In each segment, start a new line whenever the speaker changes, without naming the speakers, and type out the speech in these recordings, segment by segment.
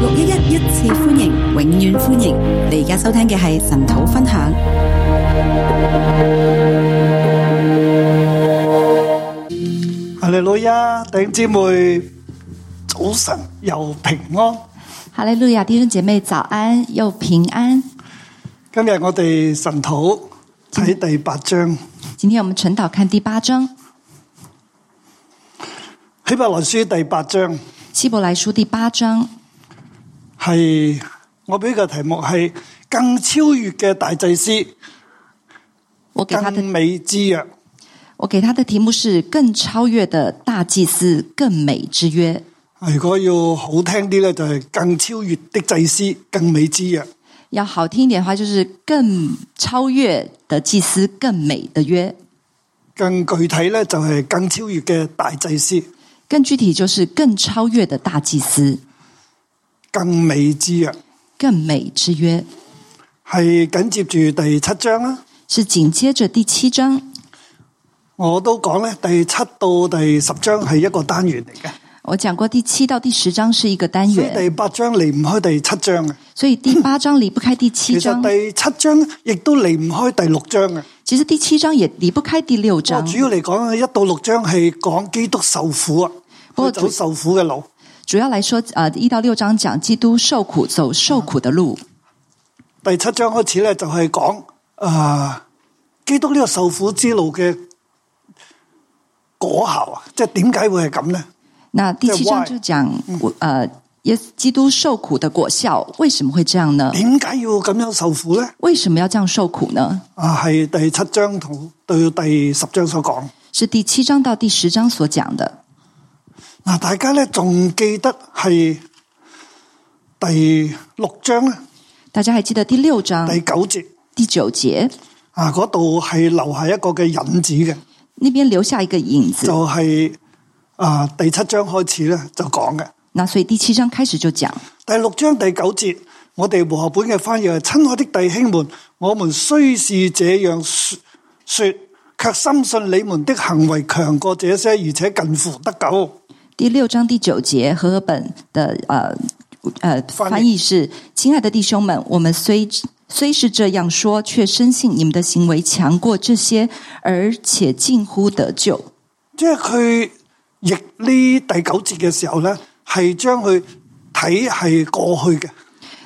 六一一一次歡迎，永遠歡迎！你而家收聽嘅係神土分享。
哈利路亞，弟兄姊妹，早晨又平安。
哈利路亞，弟兄姐妹早安，又平安。
今日我哋神土睇第八章，
今天我們晨禱看第八章，
希伯來書第八章
希伯來書第八章，
係我俾個題目係更超越嘅大祭司，
我給他
更
的
美之約。
我給他的題目是更超越的大祭司，更美之約。
如果要好聽啲咧，就係更超越的祭司，更美之約。
要好聽一點的話，就是更超越的祭司，更美的約。
更具體咧，就係更超越嘅大祭司，
更具體就是更超越的大祭司，
更美之約。
更美之約，
係緊接住第七章啦。
是緊接着第七章。
我都講咧，第七到第十章係一個單元嚟嘅，
我講過第七到第十章是一個單
所以
元，
第八章離唔開第七章嘅。
所以第八章離不開第七
其
章
實。第七章亦都離唔開第六章嘅。
其實第七章也離不開第六
不過
章，
哦主要嚟講，一到六章係講基督受苦啊，佢
不過
走
主
受苦嘅路。
主要來說，呃，一到六章講基督受苦，走受苦的路。
第七章開始咧，就係講啊，基督呢個受苦之路嘅果效啊，即係點解會係咁咧？
那第七章
在嗯
就講，呃，耶基督受苦的果效，為什麼會這樣呢？
點解要咁樣受苦咧？
為什麼要這樣受苦呢？
啊，係第七章同到第十章所講。
是第七章到第十章所講的。
嗱，大家咧仲記得係第六章咧
大家還記得第六章
第九節
第九節
啊，嗰度係留下一個嘅引子嘅，
那邊留下一個影子。
就係、啊第七章開始咧就講嘅。
那所以第七章開始就講，
第六章第九節，我哋和合本嘅翻譯係：啊親愛的弟兄們，我們雖是這樣說，卻深信你們的行為強過這些，而且近乎得救。
第六章第九節和合本的呃呃
翻譯
翻譯是：亲爱的弟兄们，我们虽虽是这样说，却深信你们的行为强过这些，而且近乎得救。
即係佢譯呢第九節嘅時候咧，係將佢睇係過去嘅，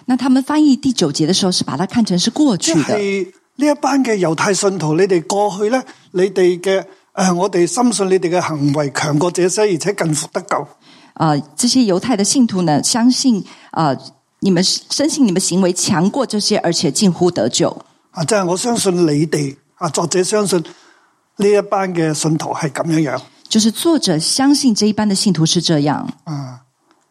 那他们翻譯第九節的時候，是把它看成是過
即
去的。
係呢一班嘅猶太信徒，你哋過去咧，你哋嘅诶，我哋深信你哋嘅行為強過這些，而且近乎得救。
呃，这些猶太的信徒呢，相信呃，你们深信你们行為强过这些，而且近乎得救。
啊，即係我相信你哋啊，作者相信呢一班嘅信徒係咁樣樣
就是作者相信這一般的信徒是這樣，
啊，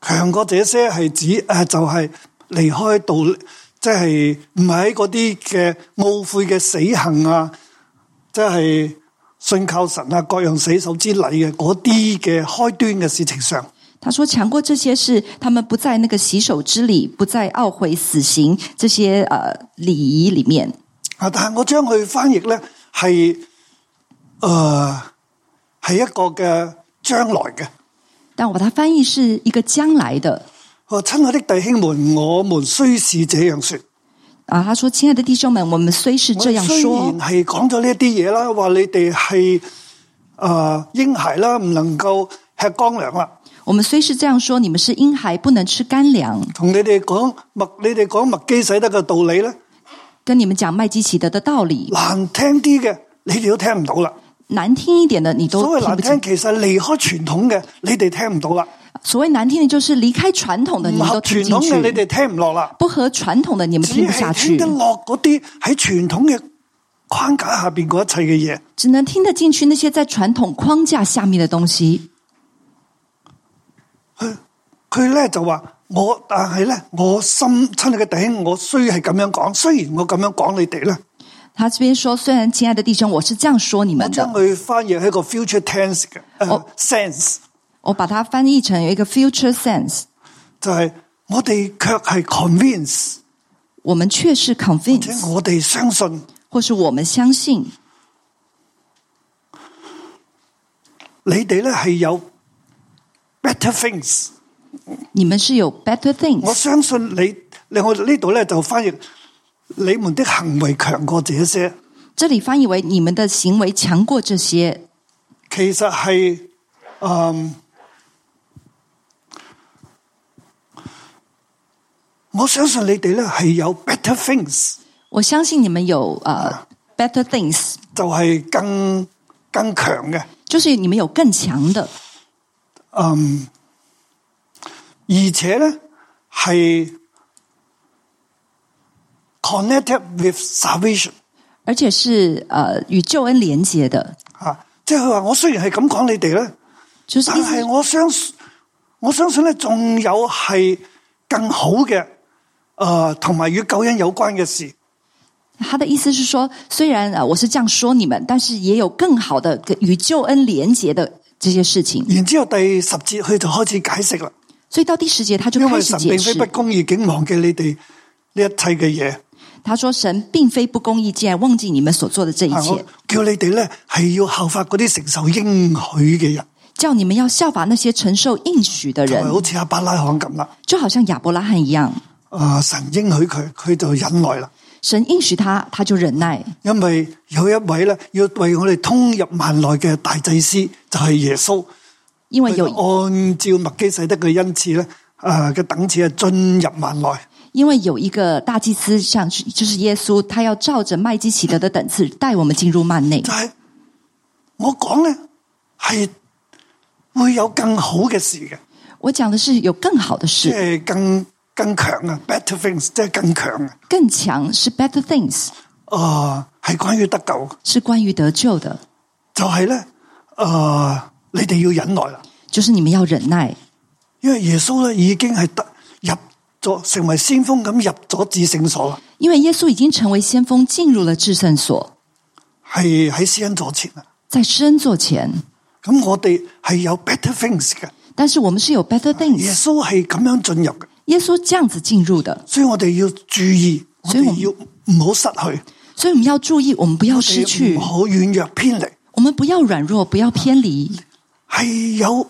強過這些係指诶、啊就係離開道，即係唔係喺嗰啲嘅懊悔嘅死行啊，即係信靠神啊，各樣死守之禮嘅嗰啲嘅開端嘅事情上。
他说：“强过这些事，他们不在那个洗手之礼，不在懊悔死刑这些呃礼仪里面。
啊，但係我將佢翻譯咧係诶係一個嘅將來嘅。
但我把它翻譯是一个将来的
我親愛的弟兄們，我們雖是這樣說。
啊。”他说：“亲爱的弟兄们，我们虽是
我
这样
雖
说
然，係講咗呢一啲嘢啦，話你哋係诶婴孩啦，唔能夠吃乾糧啦，
我们虽是这样说，你们是婴孩，不能吃干粮。
同你哋講麥，你哋講麥基洗德嘅道理咧，
跟你们讲麦基洗德的道理，
難聽啲嘅，你哋都聽唔到啦。
难听一点的你
所
都
謂
听
難
不
聽，
清。
其實離開傳統嘅，你哋聽唔到啦；
所谓难听的，就是离开传统的，你
唔
们
合
都
傳
听
統
不
嘅，你
进去；
哋聽唔落啦。
不合传统的，你们
只
听不下
係聽
去
得。落嗰啲喺傳統嘅框架下边嗰一切嘅嘢。
只能聽得進去那些在傳統框架下面的東西。
佢咧就話：我但係咧，我心親愛嘅弟兄，我雖係咁樣講，雖然我咁樣講你哋咧。
他這邊說，雖然親愛的弟兄，我是這樣說你
我
們
將
的，
佢翻譯喺個 future tense 嘅、呃
我
sense，
我把它翻譯成有一個 future sense，
就係我哋卻係 convince，
我們確是
即係
convince，
我哋相信
或是我們相信
你哋咧係有 better things，
你们是有 better
我
things。
相信你，你我呢度咧就翻譯你們的行為強過這些，
这里翻译为你们的行为强过这些，
其實係嗯，我相信你哋咧係有 better things，
我相信你们有呃 better things，
就係更更強嘅，
就是你们有更强的，
嗯，而且咧係 connected with salvation。
而且是呃与救恩连结的。
啊，即係佢話我雖然係咁講你哋
嗯
咧，
就是
但
意思
係我相信，我相信咧，仲有係更好嘅，诶、同埋與救恩有關嘅事。
他的意思是说，虽然呃我是这样说你们，但是也有更好的跟与救恩连结的这些事情。
然之后第十節佢就開始解釋啦，
所以到第十节他就
因
开
為
始
神
解
並非不
释，
公義，竟忘記你哋呢一切嘅嘢。
他说神并非不公义，竟然忘记你们所做的这一
啊我
切，
叫你哋咧係要效法嗰啲承受應許嘅人，
叫你们要效法那些承受应许的
就係
人，
好似阿伯拉罕咁啦。
就好像亚伯拉罕一样，
啊、神應許佢，佢就忍耐啦。
神应许他，他就忍耐，
因为有一位咧要为我哋通入万内嘅大祭司，就系、耶稣。
因为
佢就
有
按照麦基洗德嘅恩赐咧，诶、嘅等次系进入万内。
因为有一个大祭司上去，就是耶稣，他要照着麦基洗德的等次带我们进入幔内。
就系、我讲咧，系会有更好嘅事嘅，
我讲的是有更好的
即
事，
系更更强啊，better à, things，即系更强啊。
更强是 better things，
啊、系关于得救，
是关于得救的，
就系咧，诶、你哋要忍耐啦，
就是你们要忍耐，
因为耶稣咧已经系得入咗成为先锋咁入咗至圣所啦。
因为耶稣已经成为先锋，进入了至圣所，
系喺施恩座前啊。
在施恩座前。
咁我哋係有 better things 嘅，
但是我们是有 better
耶
things，
穌係咁樣進入嘅，
耶稣这样子进入的，
所以我哋要注意，我
所以
哋
我
要唔好失去，
所以我们要注意，我们不要失
我哋唔
去，
好軟弱偏離，
我们不要軟弱，不要偏离。
係有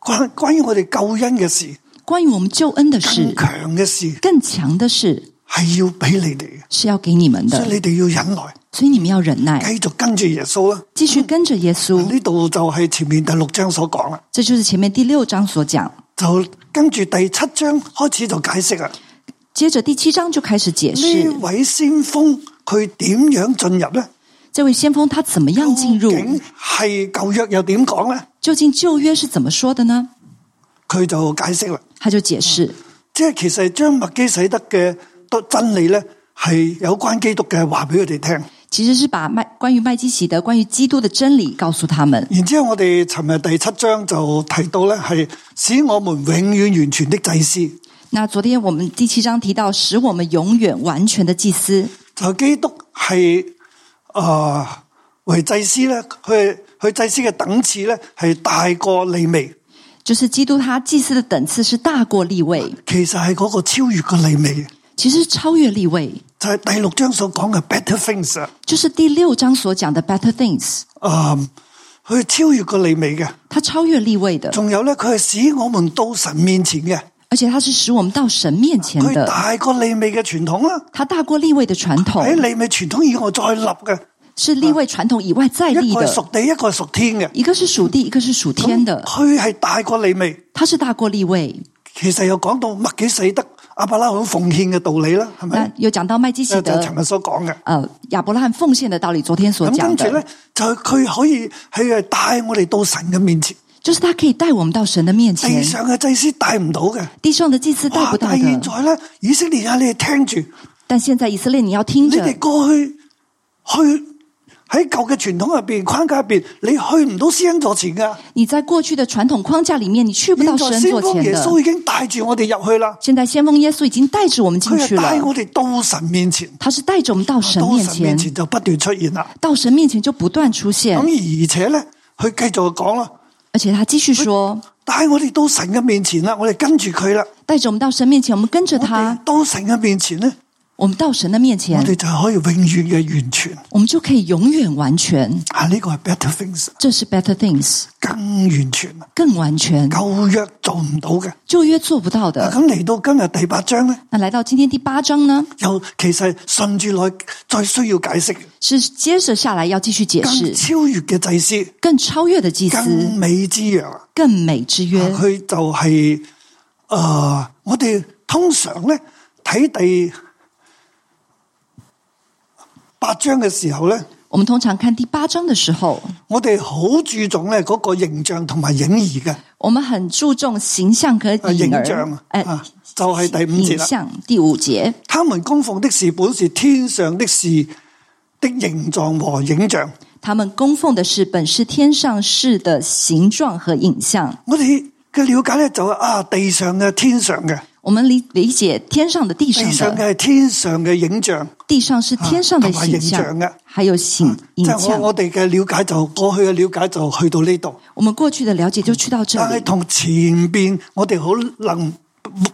關关于我哋救恩嘅事，
关于我们救恩的
更
事，
強嘅事
更强的事
係要俾你哋嘅，
是要给你们
所以
的，
你哋要忍耐，
所以你们要忍耐，
繼續跟住耶穌啦。
继续跟着耶稣。
呢度就係前面第六章所講啦，
这就是前面第六章所讲。
就跟住第七章開始就解釋啦。
接着第七章就开始解
呢
释，
位先鋒佢點樣進入咧？
这位先锋他怎么样进入
究？竟係舊約又點講咧？
究竟旧约是怎么说的呢？
佢就解釋啦，
他就解释，
即係其實將麥基洗德嘅真理咧，係有關基督嘅話俾佢哋聽。
其实是把麦关于麦基洗德、关于基督的真理告诉他们。
然之后我哋尋日第七章就提到咧，係使我們永遠完全的祭司，
那昨天我们第七章提到，使我们永远完全的祭司，
就基督係啊、呃、為祭司咧，佢佢祭司嘅等次咧係大過利未，
就是基督他祭司的等次是大过立位，
其實係嗰個超越個利未，
其实是超越立位，
就係第六章所講嘅 better things 啊，
就是第六章所讲的 better things，
啊佢係超越個利未嘅。
他超越立位的，
仲有咧，佢係使我們到神面前嘅，
而且他是使我们到神面前
佢
的。
大過利未嘅傳統啦。
他大过立位的传统，
喺利未傳統以外再立嘅，
是立位傳統以外再
一
立
個係
的，
屬地，一個係屬天嘅。
一个是屬地，一个是屬天的，
佢係大過利未，
它是大過立位。
其實又講到麥幾洗德、阿伯拉罕奉獻嘅道理啦，係
那
咪？
有講到麥基
就
洗
就
德，
尋日所講嘅。
呃，亞伯拉罕奉獻的道理，昨天所
咁
講
跟住
的，
咧，就係佢可以係帶我哋到神嘅面前，
就是他可以帶我們到神的面前
地，上嘅祭司帶唔到嘅。
地上的祭司帶
哎哇！
不到
但係現
的。
在咧，以色列啊，你哋聽住，
但現在以色列，你要聽
你
着，
哋過去去喺舊嘅傳統入边框架入边，你去唔到施恩座前噶。
你在過去的傳統框架裡面，你去不到
現
神
在
座
先鋒
前
耶穌
的。
已經帶住我哋入去啦，
現在先鋒耶穌已經帶着我們進
佢
去
係
了，
帶我哋到神面前，
他是帶着我們到神
到
面
神面
前，
前就不斷出現啦。
到神面前就不斷出
咁
現，
而且咧，佢繼續講啦，
而且他繼續說，
帶我哋到神嘅面前啦，我哋跟住佢啦，
帶着我們到神面前，我們跟着
我
他。
哋到神嘅面前咧，
我们到神的面
我
前，
哋就可以永遠嘅完全。
我們就可以永遠完全。
啊，呢、個係 better things
這是 better things，
更完全，
更完全。
舊約做唔到嘅。
舊約做不到
啊
的。
咁嚟到今日第八章咧，
那來到今天第八章呢，
又其實順住來再需要解釋，
是接着下來要繼續解
更
釋
超越嘅祭司，
更超越的祭
更
司，嗯
美之約啊！
更美之約。
佢就係呃我哋通常咧睇第八章嘅時候咧，
我們通常看第八章的時候，
我哋好注重咧嗰個形象同埋影兒嘅
我們很注重形象和
啊形
影
象
兒
啊，，
哎
啊就係第五節
影
啦。
像第五節，
他們供奉的是本是天上的事的形狀和影像。
他們供奉的是本是天上事的形狀和影像。
我哋嘅了解咧就係啊，地上嘅、天上嘅，
我們理理解天上的、地上
地上
的，
嘅係天上嘅影像，
地上是天上的
啊同埋
形
影像的
象，還有形
啊即
影
係我
像。
我哋嘅了解就過去嘅了解就去到呢度，
我們過去的了解就去到這
嗯但係
裡，
同前邊我哋好能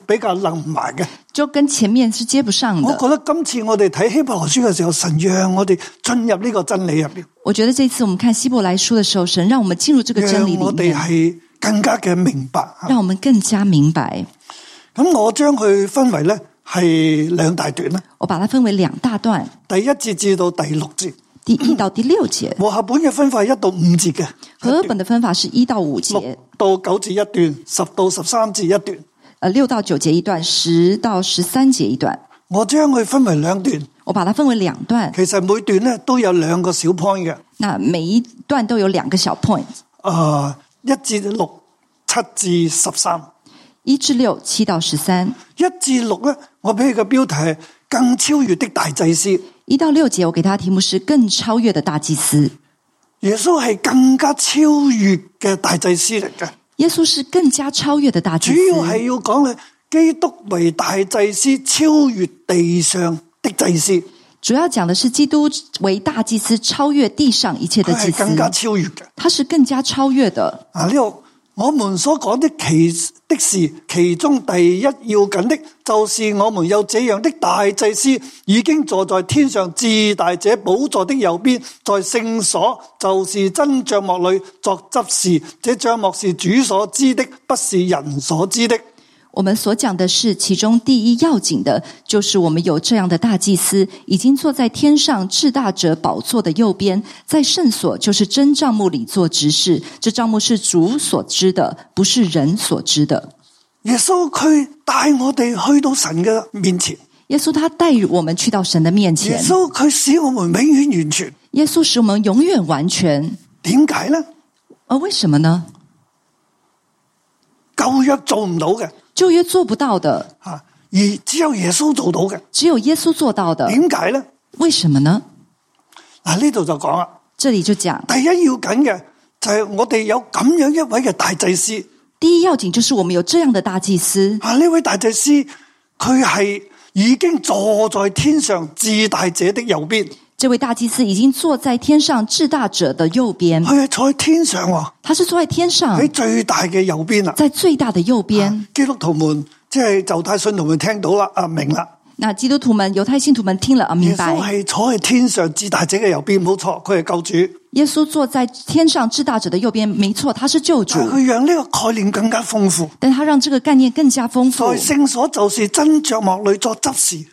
比較能唔埋嘅。
就跟前面是接不上
我
的。
覺得今次我哋睇希伯來書嘅時候，神讓我哋進入呢個真理入邊，
我覺得這次我們看希伯來書的時候，神讓我們進入這個真理
讓
裡
我哋
面，嗯
係更加嘅明白。
讓我們更加明白。
咁我將佢分為咧係兩大段啦。
我把它分為兩大段，
第一節至到第六節，
第一到第六節，
和合本嘅分法係一到五節嘅，
和合本的分法是一到五
六
節，
到九節一段，十到十三節一段。
呃，六到九節一段，十到十三節一段。
我將佢分為兩段，
我把它分為兩段，
其實每段咧都有兩個小 point 嘅。
那每一段都有兩個小 point，
啊、一至六、七至十三，
一至六、七到十三。
一至六咧，我俾佢嘅標題係更超越的大祭司。
一到六節，我給它的題目是“更超越的大祭司
耶穌係更加超越嘅大祭司嚟嘅，”。
耶穌是更加超越的大祭
主
司，
要係要講咧，基督為大祭司超越地上的祭司，
主要講的是基督為大祭司，超越地上一切的
佢
祭
係
司
更，加超越嘅。
他是更加超越的。
啊！呢度我們所講的其的事，其中第一要緊的，就是我們有這樣的大祭司，已經坐在天上至大者寶座的右邊，在聖所，就是真帳幕裏作執事。這帳幕是主所知的，不是人所知的。
我們所講的是其中第一要緊的，就是我們有這樣的大祭司，已經坐在天上至大者寶座的右邊，在聖所，就是真帳幕裡做執事。这帳幕是主所知的，不是人所知的。
耶穌佢帶我哋去到神嘅面前，
耶穌他帶我們去到神的面
耶
前，
穌佢使我們永遠完全。
耶穌使我們永遠完全。
點解呢？
而為什麼呢？
舊約做唔到嘅，
舊約做不到的，
吓而只有耶穌做到嘅。
只有耶穌做到的。
點解呢？
為什麼呢？
嗱，啊呢度就講啦，
這裡就講，
第一要緊嘅就係我哋有咁樣一位嘅大祭司，
第一要緊就是我們有這樣的大祭司，
啊呢位大祭司佢係已經坐在天上至大者的右邊，
這位大祭司已經坐在天上至大者的右邊，
佢係坐喺天上喎，
他是坐在天上，
喺最大嘅右邊啦。啊
在最大的右邊。
基督徒們即係猶太信徒們聽到啦，啊明啦，
那基督徒們、猶太信徒們聽了啊，
耶
明
穌
白，
係坐喺天上至大者嘅右邊，冇錯，佢係救主。
耶穌坐在天上至大者的右邊，沒錯，他是救主
但，佢讓呢個概念更加豐富，
但他讓這個概念更加豐
在
富。
聖所哦就是真帳幕裏作執事。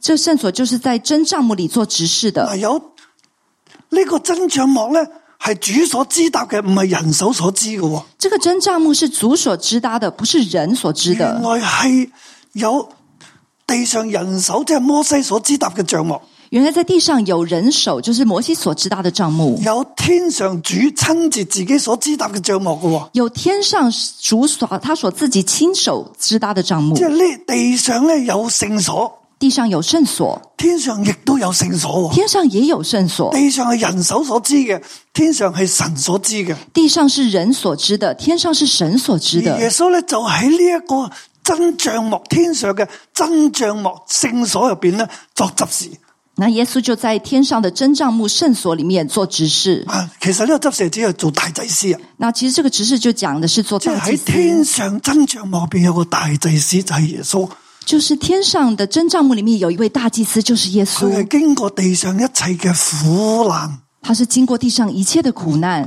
這聖所就是在真帳幕裡做執事
嗱，
的，
有呢個真帳幕咧，係主所知答嘅，唔係人手所知嘅喎。
這個真帳幕是主所知搭的，不是人所知
原
的。
來係有地上人手，即係摩西所知答嘅帳幕，
原來在地上有人手，就是摩西所知搭的帳幕。
有天上主親自自己所知答嘅帳幕嘅喎。
有天上主所他所自己親手支搭的帳幕
即，係呢地上咧有聖所，
地上有聖所，
天上亦都有聖所喎。
天上也有聖所。
地上係人手所知嘅，天上係神所知嘅。
地上是人所知的，天上是神所知
而耶
的。
穌咧就喺呢一個真帳幕天上嘅真帳幕聖所入邊咧作執事。
那耶穌就在天上的真帳幕聖所裡面做執事。
啊，其實呢個執事只係做大祭司啊，
那其實這個執事就講的是做
即係
大祭
喺
司，
天上真帳幕入邊有個大祭司就係耶穌，
就是天上的真账目里面有一位大祭司，就是耶
佢
稣
係，經過地上一切嘅苦難，
他是经过地上一切的苦难，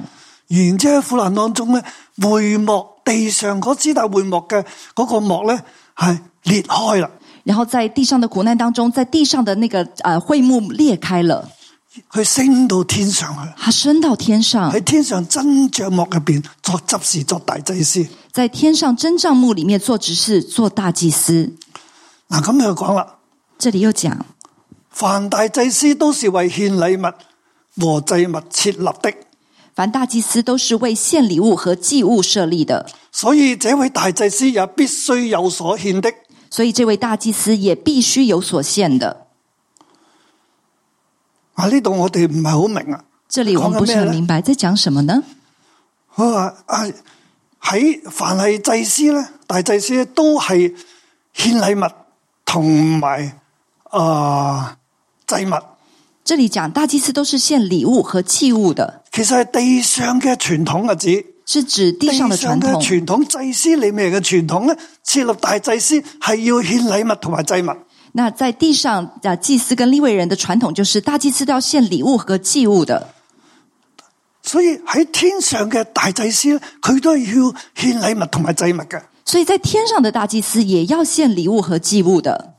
然之後喺苦難當中咧，會幕地上嗰支大會幕嘅嗰個幕咧係裂開啦，
然后在地上的苦难当中，在地上的那个呃会幕裂开了，
佢升到天上去。
他升到天上
喺，天上真帳幕入边作執事作大祭司。
在天上真账目里面做执事，做大祭司。
嗱咁佢講啦，
这里又讲，
凡大祭司都是為獻禮物和祭物設立的，
凡大祭司都是为献礼物和祭物设立的，
所以這位大祭司也必須有所獻的。
所以这位大祭司也必须有所献的。
啊，呢度我哋唔係好明啊。
这里我们不是很明白在讲什么呢？
佢話啊，喺凡係祭司咧，大祭司咧都係獻禮物同埋啊祭物，
这里讲大祭司都是献礼物和器物的，
其實係地上嘅傳統嘅指。
是指地上的传
地
统。
傳統祭司里面嘅傳統咧，設立大祭司係要獻禮物同埋祭物。
那在地上啊，祭司跟立位人的传统就是大祭司都要献礼物和祭物的，
所以喺天上嘅大祭司咧，佢都係要獻禮物同埋祭物嘅。
所以在天上的大祭司也要献礼物和祭物的。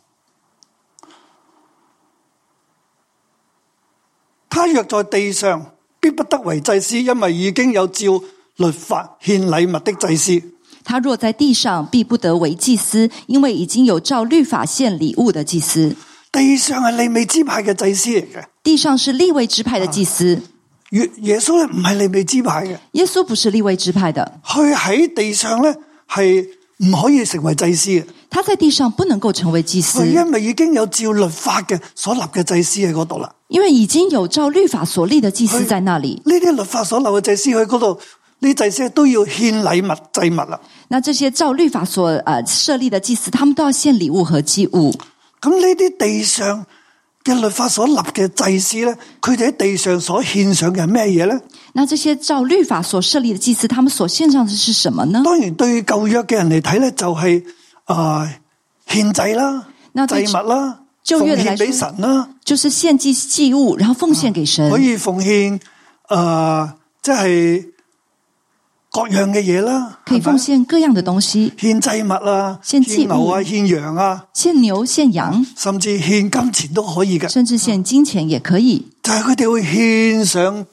他若在地上，必不得為祭司，因為已經有照律法獻禮物的祭司。
他若在地上，必不得为祭司，因为已经有照律法献礼物的祭司。
地上係利未支派嘅祭司嚟嘅，
地上是立位支派的祭司，
耶耶穌咧唔係利未支派嘅，
耶稣不是立位支派的，
佢喺地上咧係唔可以成為祭司嘅，
他在地上不能够成为祭司
佢，哦因為已經有照律法嘅所立嘅祭司喺嗰度啦。
因为已经有照律法所立的祭司在那里。
呢啲律法所留嘅祭司去嗰度，呢祭司都要獻禮物祭物啦。
那这些照律法所呃设立的祭司，他们都要献礼物和祭物。
咁呢啲地上嘅律法所立嘅祭司咧，佢哋喺地上所獻上嘅係咩嘢咧？
那这些照律法所设立的祭司，他们所献上的是什么呢？
當然對舊約嘅人嚟睇咧，就係啊獻祭啦、
那
祭
對
物啦、
舊
奉
舊約嚟
獻俾
說
神啦，
就是献祭祭物，然后奉献给神
哦可，以奉獻啊，即係各樣嘅嘢啦，
可
係咪
以奉獻各樣的东西，
獻祭物啊、
獻祭
獻
物
牛啊、獻羊啊，
献牛、献羊，
甚至獻金錢都可以嘅。
甚至献金钱也可以。
就係佢哋會獻上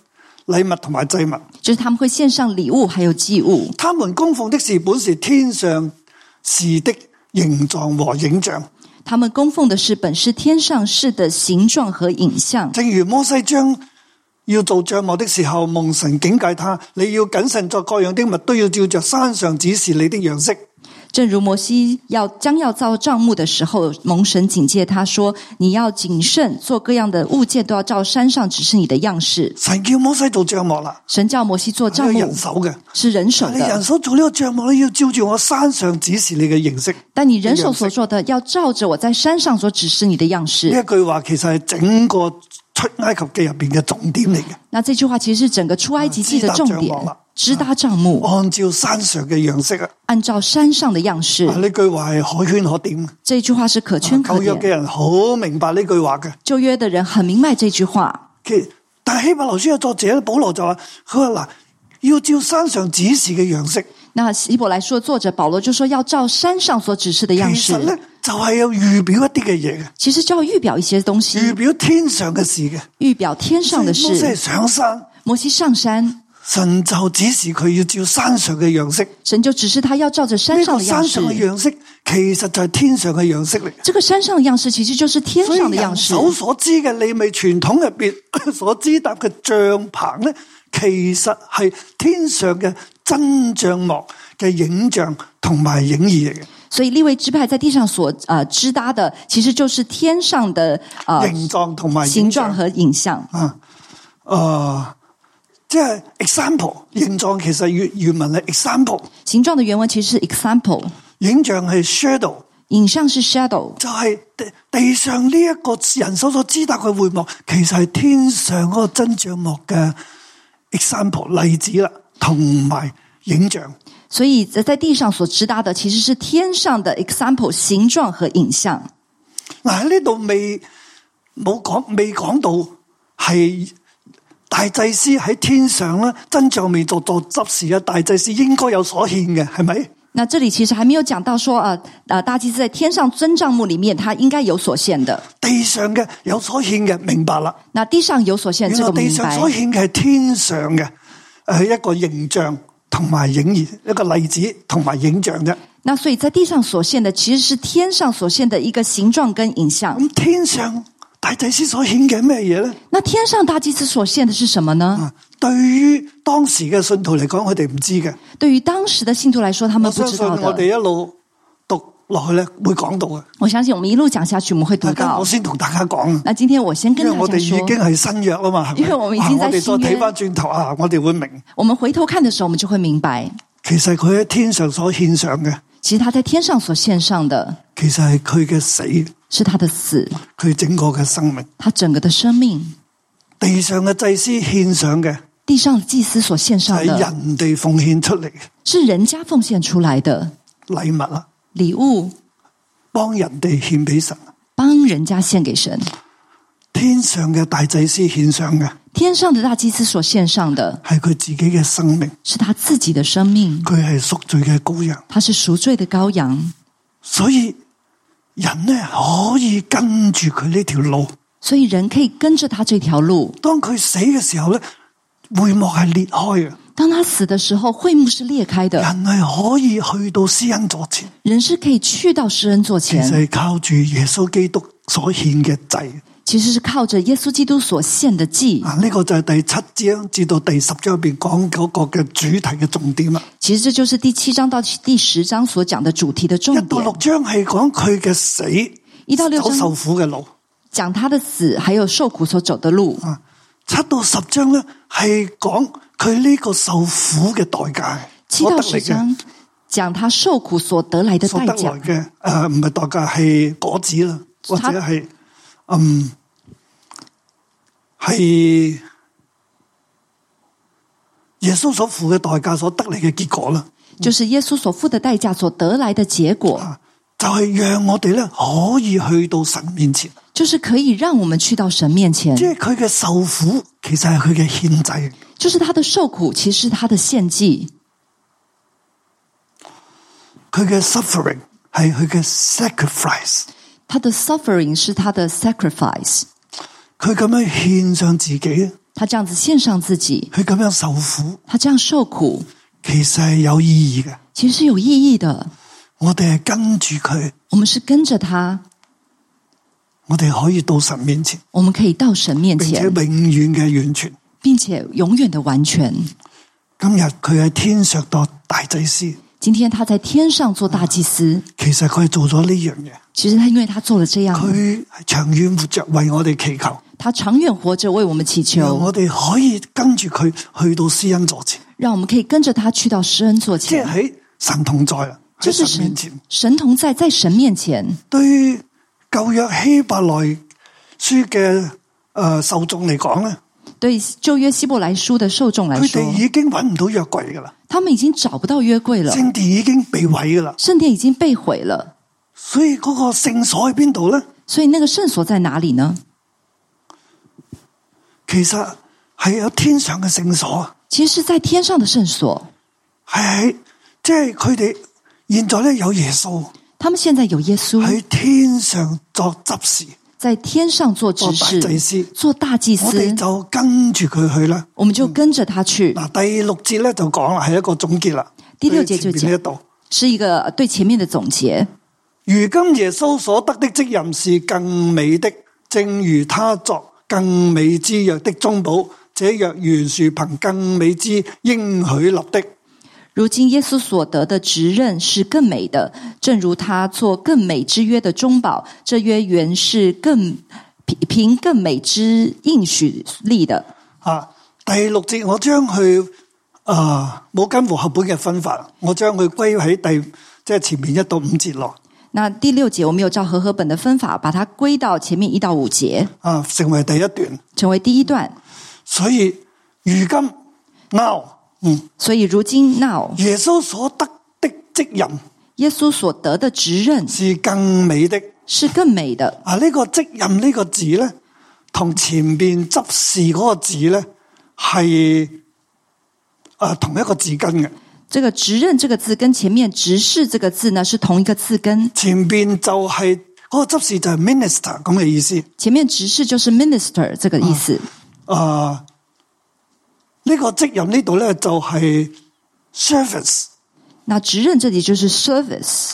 禮物同埋祭物。
就是他们会献上礼物，还有祭物。
他們供奉的是本是天上事的形狀和影像，
他们供奉的是本是天上事的形状和影像，
正如摩西將要做帳幕的時候，蒙神警戒他：你要謹慎作各樣的物，都要照着山上指示你的樣式。
正如摩西要将要造帐幕的时候，蒙神警戒他说：“你要谨慎，做各样的物件都要照山上指示你的样式。
神叫摩西做帳幕啦，”
神叫摩西做
呢
帐
個
幕
人手嘅。
是人手
但你人
的，
手做呢個帳幕咧，要照住我山上指示你嘅形式。
但你人手所做的要照着我在山上所指示你的样
呢
式。
一句話其實係整個出埃及記入边嘅重點嚟嘅，
那这句话其实是整个出埃及记的重点
啊，
直达帐幕，
按照山上嘅樣式啊。
按照山上的样
啊！
式。
呢句话系可圈可点嘅，
这句话是可圈可
旧约
点
嘅。人好明白呢句话嘅。
旧约的人很明白这句话，
其但希伯来书嘅作者咧，保罗就话：佢话嗱，要照山上指示嘅样式。
那希伯来说，作者保罗就说要照山上所指示的样
其实
式
咧，，就系、要预表一啲嘅嘢嘅，
其实就要预表一些东西，
预表天上嘅事嘅。
预表嗯天上的
所以摩西
事。
上山，
摩西上山，
神就指示佢要照山上嘅样式。
神就指示他要照着山
呢
上
个
的样
山
式
上。嘅样式，其实就系天上嘅样式嚟。
这个山上的样式其实就是天
所
上
以
的样
人
式。
手所知嘅利未傳統入边 所知搭嘅帳棚咧，其實係天上嘅真帳幕嘅影像同埋影兒嚟
所以立位支派在地上所呃支搭的，其实就是天上的呃
嘅形狀同埋
形
影
状
像
和影像。
啊，啊，即係 example 形狀其實原原文係 example，
形状的原文其实是 example，
影像係 shadow，
影像是 shadow。
就係地地上呢一個人手所知搭嘅會幕，其實係天上嗰個真帳幕嘅 example 例子啦，同埋影像。
所以在在地上所直达的其实是天上的 example 形状和影像。
嗱喺呢度未冇講未講到係大祭司喺天上咧，真像未做做執事嘅大祭司應該有所獻嘅，係咪？
那这里其实还没有讲到说啊啊，大祭司在天上真帐幕里面，他应该有所献的。
地上嘅有所獻嘅，明白啦。
那地上有所献，
原
这
來
个
地
嗯明
上
白。
所獻嘅係天上嘅，係一個形象同埋影兒，一個例子同埋影像啫。
那所以在地上所献的其实是天上所献的一个形状跟影像。
咁天上大祭司所獻嘅係咩嘢咧？
那天上大祭司所献的是什么呢？
啊，对于当时嘅信徒嚟讲，佢哋唔知嘅。
对于当时的信徒来说，他
我
们不
相
知
信
道的。
我哋一路讀落去咧，會講到嘅。
我相信我们一路讲下去，我们会读
大家
到
我。先同大家講啊，
那今天我先
因
跟
為
大
我哋
家
已經
说，
係新約啊嘛，係咪
因為我們已經
啊我
在
哋再
新約
睇翻轉頭啊，我哋會明，
我们回头看的时候，我们就会明白，
其實佢喺天上所獻上嘅，
其实他在天上所献上的
其實係佢嘅死，
是他的死，
佢整個嘅生命。
他整个的生命；
地上嘅祭司獻上嘅
地上的祭司所献上
係
的
人哋奉獻出嚟嘅
是人家奉献出来的
禮物啦，
礼物，
幫人哋獻俾神。
帮人家献给神。
天上嘅大祭司獻上嘅
天上的大祭司所献上的
係佢自己嘅生命，
是他自己的生命，
佢係贖罪嘅羔羊。
他是赎罪的羔羊，
所以人呢可以跟住佢呢條路。
所以人可以跟着他这条路。
當佢死嘅時候呢，會幕係裂開嘅，
当他死的时候，会幕是裂开的，
人係可以去到施恩座前，
人是可以去到施恩座
其實
前，
係靠住耶穌基督所獻嘅祭。
其实是靠着耶稣基督所献的祭。
啊，呢、個就係第七章至到第十章入边講嗰個嘅主題嘅重點啦。
其实这就是第七章到第十章所讲的主题的
一
重
到六
点。
章係講佢嘅死，
一到六
走受
章
苦嘅路。
讲他的死，还有受苦所走的路。
啊，七到十章呢係講佢呢個受苦嘅代價，
七
所
到
得
十
嚟嘅，
章讲他受苦所得来的
所
代
得
价
來，嘅，诶、唔係代價係果子啦，或者係嗯係耶穌所付嘅代價所得嚟嘅結果啦。
就是耶稣所付的代价所得来的结果，
啊，就係讓我哋咧可以去到神面前，
就是可以让我们去到神面前
即。係佢嘅受苦其實係佢嘅獻祭。
就是他的受苦，其实是他的献祭，
佢嘅 suffering 係佢嘅 sacrifice，
他的 suffering 是他的 sacrifice。
佢咁樣獻上自己，佢
他这样子献上自己，
咁樣受苦，
他这样受苦，
其實係有意義嘅。
其实是有意義的。
我哋係跟住佢，
我們是跟着他，
我哋可以到神面前，
我們可以到神面
並且永
前，
遠嘅完全。
并且永遠的完全。
今日佢係天上度大祭司，
今天他在天上做大祭司，
其實佢係做咗呢樣嘢，
其实他因为他做了这样，
佢係長遠活着為我哋祈求，
他长远活着为我们祈
讓
求，
我哋可以跟住佢去到施恩座前，
让我们可以跟着他去到施恩座
即係
前，
喺神同在啦，
就
喺
是
神
神
面前。
神同在，在神面前。
對於舊約希伯來書嘅诶受眾嚟講咧，
对旧约希伯来书的受众来
佢
说
哋，已經揾唔到約櫃噶啦，
他们已经找不到约柜了，
聖殿已經被毀噶啦，
圣殿已经被毁了，
所以嗰個聖所喺邊度咧？
所以那个圣所在哪里呢？
其實係有天上嘅聖所，啊
其实是在天上的圣所。
係喺即係佢哋現在咧有耶穌
他们现在有耶稣
喺天上作執事，
在天上做执
做大祭司
事，做大祭
我哋
司，
就嗯跟住佢去啦。
我们就跟着他去。
嗱，第六節咧就講啦，係一個總結啦。
第六節
對前
就
面呢一度。
是一个呃对前面的总结。
如今耶穌所得的職任是更美的，正如他作更美之約的中保。這約原是憑更美之應許立的。
如今耶稣所得的职任是更美的，正如他做更美之约的中保，这约原是更凭凭更美之应许立的。
啊，第六節我將佢啊冇跟和合本嘅分法，我將佢歸喺第即係前面一到五節落
那第六节我们有照和合本的分法，把它归到前面一到五节，
啊，成為第一段。
成为第一段。
所以如今 now
嗯，所以如今 now
耶穌所得的職任
耶稣所得的职任
是更美的。
是更美的。
啊，呢、個職任呢個字咧，同前面執事嗰個字咧係啊同一個字根嘅。
这个职任这个字跟前面执事这个字呢是同一个字根，
前面就係嗰、個執事就係 minister 咁嘅意思。
前面执事就是 minister 这个意思。
啊，呢、個職任呢度咧就係 service
那职任这里就是 service，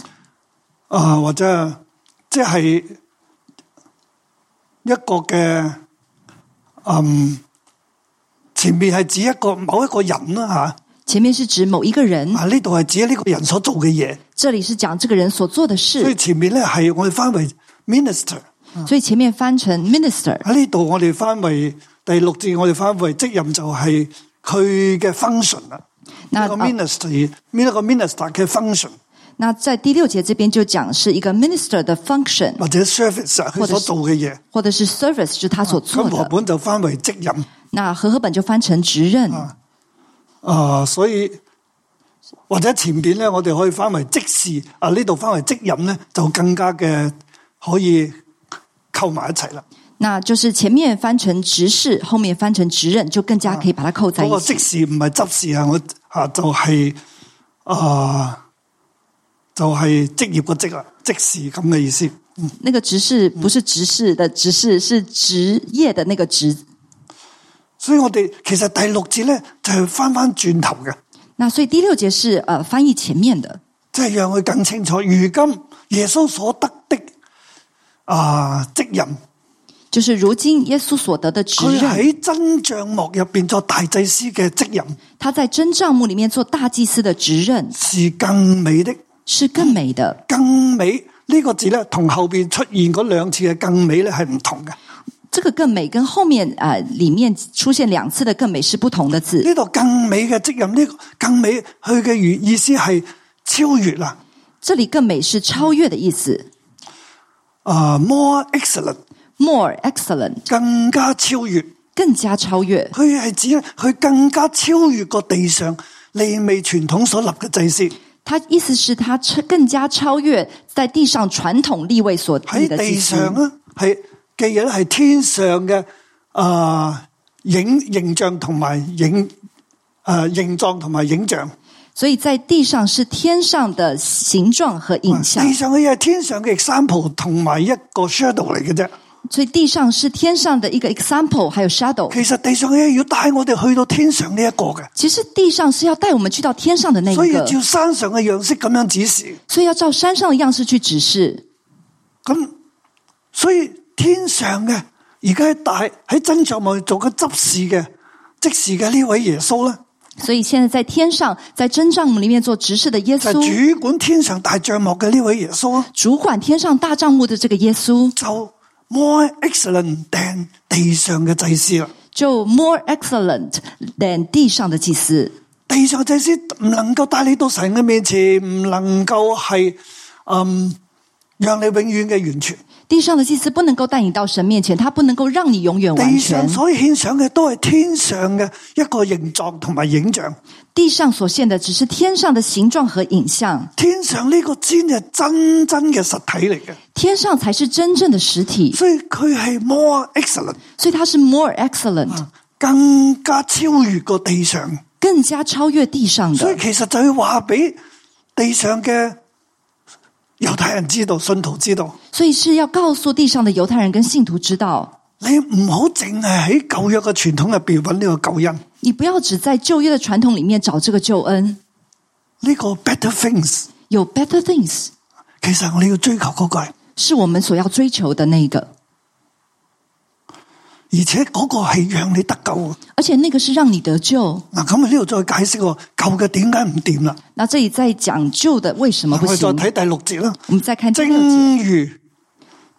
啊，或者即係一個嘅嗯。前面係指一個某一個人啦吓，啊
前面是指某一个人，
啊呢度係指呢個人所做嘅嘢，
这里是讲这个人所做的
所以啊
事，
前面咧係我哋翻為 minister，
所以前面翻成 minister。
喺呢度我哋翻為第六節我哋翻為職任就係佢嘅 function 啦，
那
一個
啊
minister 呢一個 minister 嘅 function
那在第六节这边就讲是一个 minister 的 function，
或者 service 啊佢
或者
所
啊是
做嘅嘢，
或者是 service 就是他所做
咁和
的。
本就翻為職任
那和合本就翻成职任，
啊、所以。或者前邊咧，我哋可以翻為職事啊，呢度翻為職任咧，就更加嘅可以扣埋一齊啦。
那就是前面翻成执事，后面翻成职任，就更加可以把它扣在
嗰個
一起
即。時唔係執事啊，我啊就係、啊就係、職業個職啊，即時咁嘅意思。
那个执事不是执事的执事，是呃职业的那个职。
所以我哋其實第六節咧就係翻翻轉頭嘅，
那所以第六节是呃翻译前面的，
即係讓佢更清楚。如今耶穌所得的啊職任，
就是如今耶稣所得的职
佢
任，
喺真帳幕入邊作大祭司嘅職任
他在真账目里面做大祭司的职任
是更美的，
是更美的。
更美。呢、個字咧，同後邊出現嗰兩次嘅更美咧係唔同嘅。
这个更美跟后面啊、呃里面出现两次的更美是不同的字。
呢度更美嘅職任，呢、個更美佢嘅原意思係超越啦，
这里更美是超越的意思
啊、m o r e excellent，
，more excellent
更加超越。
更加超越。
佢係指佢更加超越個地上利未傳統所立嘅祭司，
他意思是，他超更加超越在地上传统立位所立
喺
的
地
祭司。
上啊，係嘅嘢係天上嘅啊、影形象同埋影啊、形狀同埋影像，
所以在地上是天上的形状和影像
啊地，上嘅嘢係天上嘅 example 同埋一個 shadow 嚟嘅啫。
所以地上是天上的一个 example，还有 shadow。
其實地上嘅嘢要帶我哋去到天上呢一個嘅。
其实地上是要带我们去到天上的那一
所以
个，
照山上嘅樣式咁樣指示，
所以要照山上的样式去指示。
咁所以天上嘅而家喺大喺真帳幕做緊執事嘅即時嘅呢位耶穌咧，
所以现在在天上，在真帐幕里面做执事的耶
就
稣，
係主管天上大帳幕嘅呢位耶穌啊，
主管天上大帐幕的这个耶稣，
就 more excellent than 地上嘅祭司啦。
就 more excellent than 地上的祭司。
地上祭司唔能夠帶你到神嘅面前，唔能夠係嗯讓你永遠嘅完全。
地上的祭司不能够带你到神面前，他不能够让你永远完
地
全
上。所獻上嘅都係天上嘅一個形狀同埋影像。
地上所现的只是天上的形状和影像，
天上呢個先係真真嘅實體嚟嘅，
天上才是真正的实体，
所以佢係 more excellent，
所以它是 more
啊
excellent，
更加超越個地上。
更加超越地上
所以
的。
其實就要話俾地上嘅猶太人知道、信徒知道，
所以是要告诉地上的犹太人跟信徒知道，
你唔好淨係喺舊約嘅傳統入边揾呢個救恩，
你不要只在旧约的传统里面找这个救恩，
呢、個 better things。
有 better things
其實我哋要追求嗰、個个係，
是我们所要追求的那个，
而且嗰個係讓你得救嘅。
而且那个是让你得救。
嗱，咁啊呢度再解釋喎，舊嘅點解唔掂啦？
那这里在讲旧的为什么
我
不
哋再
行？
睇第六節啦。
我们再看第六节。
正如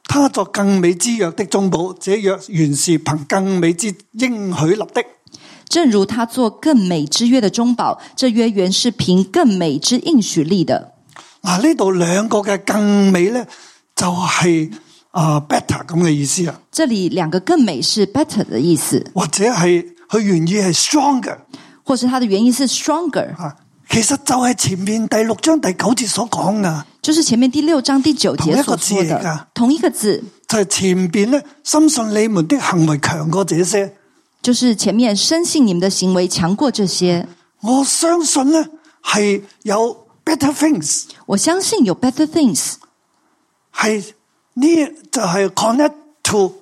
他作更美之约的中保，这约原是凭更美之应许立的。
正如他做更美之约的中保，这约原是凭更美之应许立的。
嗱，呢度两个嘅更美咧，就系、啊、better 咁嘅意思啊，
这里两个更美是 better 的意思，
或者系佢原意系 stronger，
或是它的原因是 stronger，
啊，其實就係前面第六章第九節所講啊噶，
就是前面第六章第九节
同一
所说
个字嚟噶
的同一个字，
就係前边咧，深信你們的行為強過這些。
就是前面深信你们的行为强过这些。
我相信咧係有 better things，
我相信有 better things，
係呢就係 connect to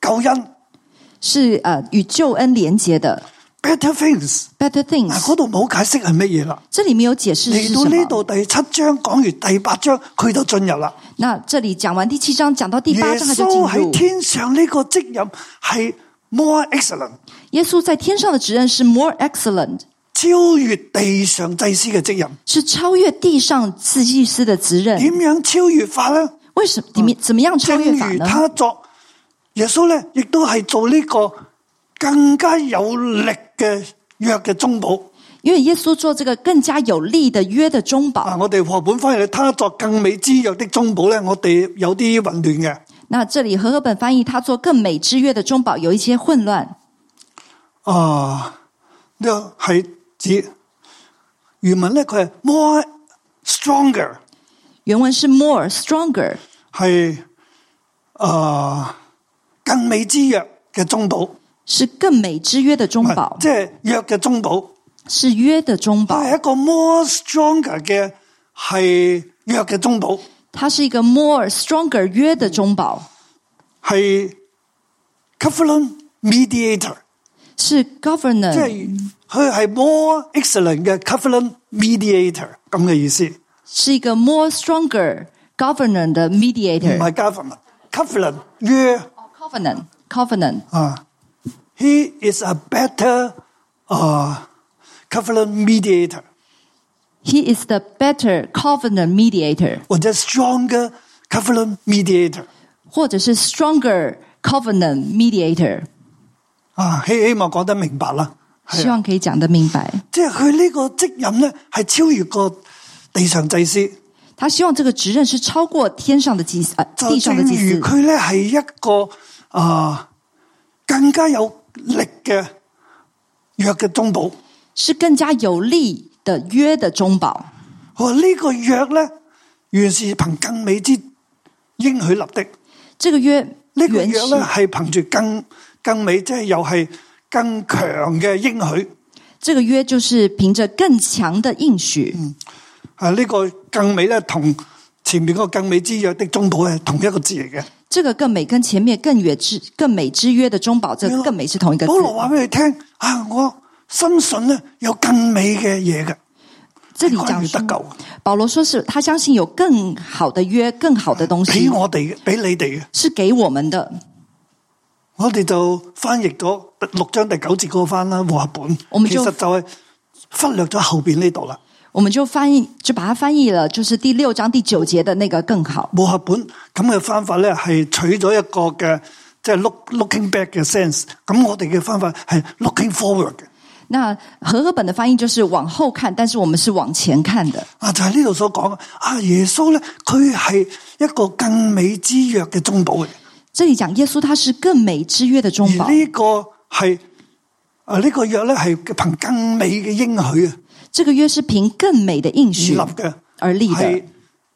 救恩
是呃与救恩连结的
better things。
better
嗱，
things。
嗰度冇解釋係乜嘢啦。
这里没有解释是
嚟
什
到呢
么。
度第七章講完第八章，佢都進入啦。
那这里讲完第七章，讲到第
耶
八章，他就
穌
进
喺
入
天上呢個職任係 more excellent，
耶稣在天上的职任是 more excellent，
超越地上祭司嘅職任。
是超越地上自祭司的职任。
點樣超越法咧？
为什么？怎么怎么样超
正
越法
如
呢？
呃他作耶穌咧，亦都係做呢個更加有力嘅約嘅中保。
因为耶稣做这个更加有力的约的中
啊，
保。
我哋和本翻譯他作更美之約的中保咧，我哋有啲混亂嘅。
那这里和合本翻译，他做更美之约的中保有一些混乱，
啊，呢個係指原文咧，佢係 more stronger，
原文是 more stronger，
係啊更美之約嘅中保，
是更美之约的中保，
即係約嘅中保。
是约的中保
佢，係一個 more stronger 嘅係約嘅中保，
它是一个 more stronger 约的中保，
係 covenant mediator，
是 governor，
即係佢係 more excellent 嘅 covenant mediator 咁嘅意思，唔
是一个 more stronger governor 的 mediator。
係 government covenant 約
covenant covenant，
啊。He is a better 啊、covenant mediator
he is the better covenant mediator，
或者 stronger covenant mediator
或者是 stronger covenant mediator。
啊，希希望講得明白啦。係
希
啊
望可以讲得明白。
即係佢呢個職任咧係超越過地上祭司。
他希望这个职任是超过天上的祭司，呃，
就
地
正
上的祭
如
司，
佢咧係一個啊、更加有力嘅約嘅中保。
是更加有力的约的中保。
我話呢個約咧，原是憑更美之應許立的。
这个约
呢、個
原
約咧
是
係憑住更更美，即係又係更強嘅應許。
这个约就是凭着更强的应许，
啊，呢、個更美咧同前面嗰個更美之約的中保係同一個字嚟嘅。
这个更美跟前面更远之更美之约的中保，这个更美是同一个字
保。羅話俾佢聽啊，我深信咧有更美嘅嘢嘅，
这里
關
讲
於得
说
救，
保罗说是他相信有更好的约、更好的东西
俾我哋嘅，俾你哋嘅。
是给我们的。
我哋就翻譯咗六章第九節嗰個翻啦，和合本。
我們
其
就
實就係忽略咗後邊呢度啦。
我们就翻译，就把它翻译了，就是第六章第九节的那个更好。
和合本咁嘅翻法咧，係取咗一個嘅即係 look looking back 嘅 sense。咁我哋嘅翻法係 looking forward 嘅。
那和合本的翻译就是往后看，但是我们是往前看的。
啊，就係呢度所講啊，耶穌咧，佢係一個更美之約嘅中保嚟。
这里讲耶稣他是更美之约的中保
而，呢個係啊呢個約咧係憑更美嘅應許啊
这个约是凭更美的应许
而立嘅，
而立的
係，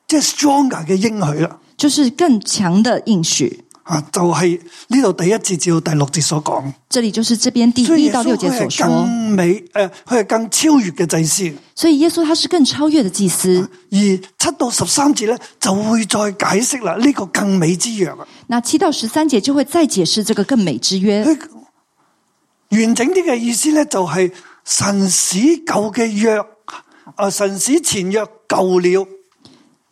即係 stronger 嘅應許啦。
就是更强的应许。
啊，就係呢度第一節至到第六節所講，
这里就是这边第
所以
一
耶
到
穌
六节
佢
所
係
说，
更美诶，佢係更超越嘅祭司。
所以耶稣他是更超越的祭司。
而七到十三節咧就會再解釋啦，呢、個更美之約啊，
那七到十三节就会再解释这个更美之约。
佢完整啲嘅意思咧就係神使舊嘅約啊，神使前約舊了。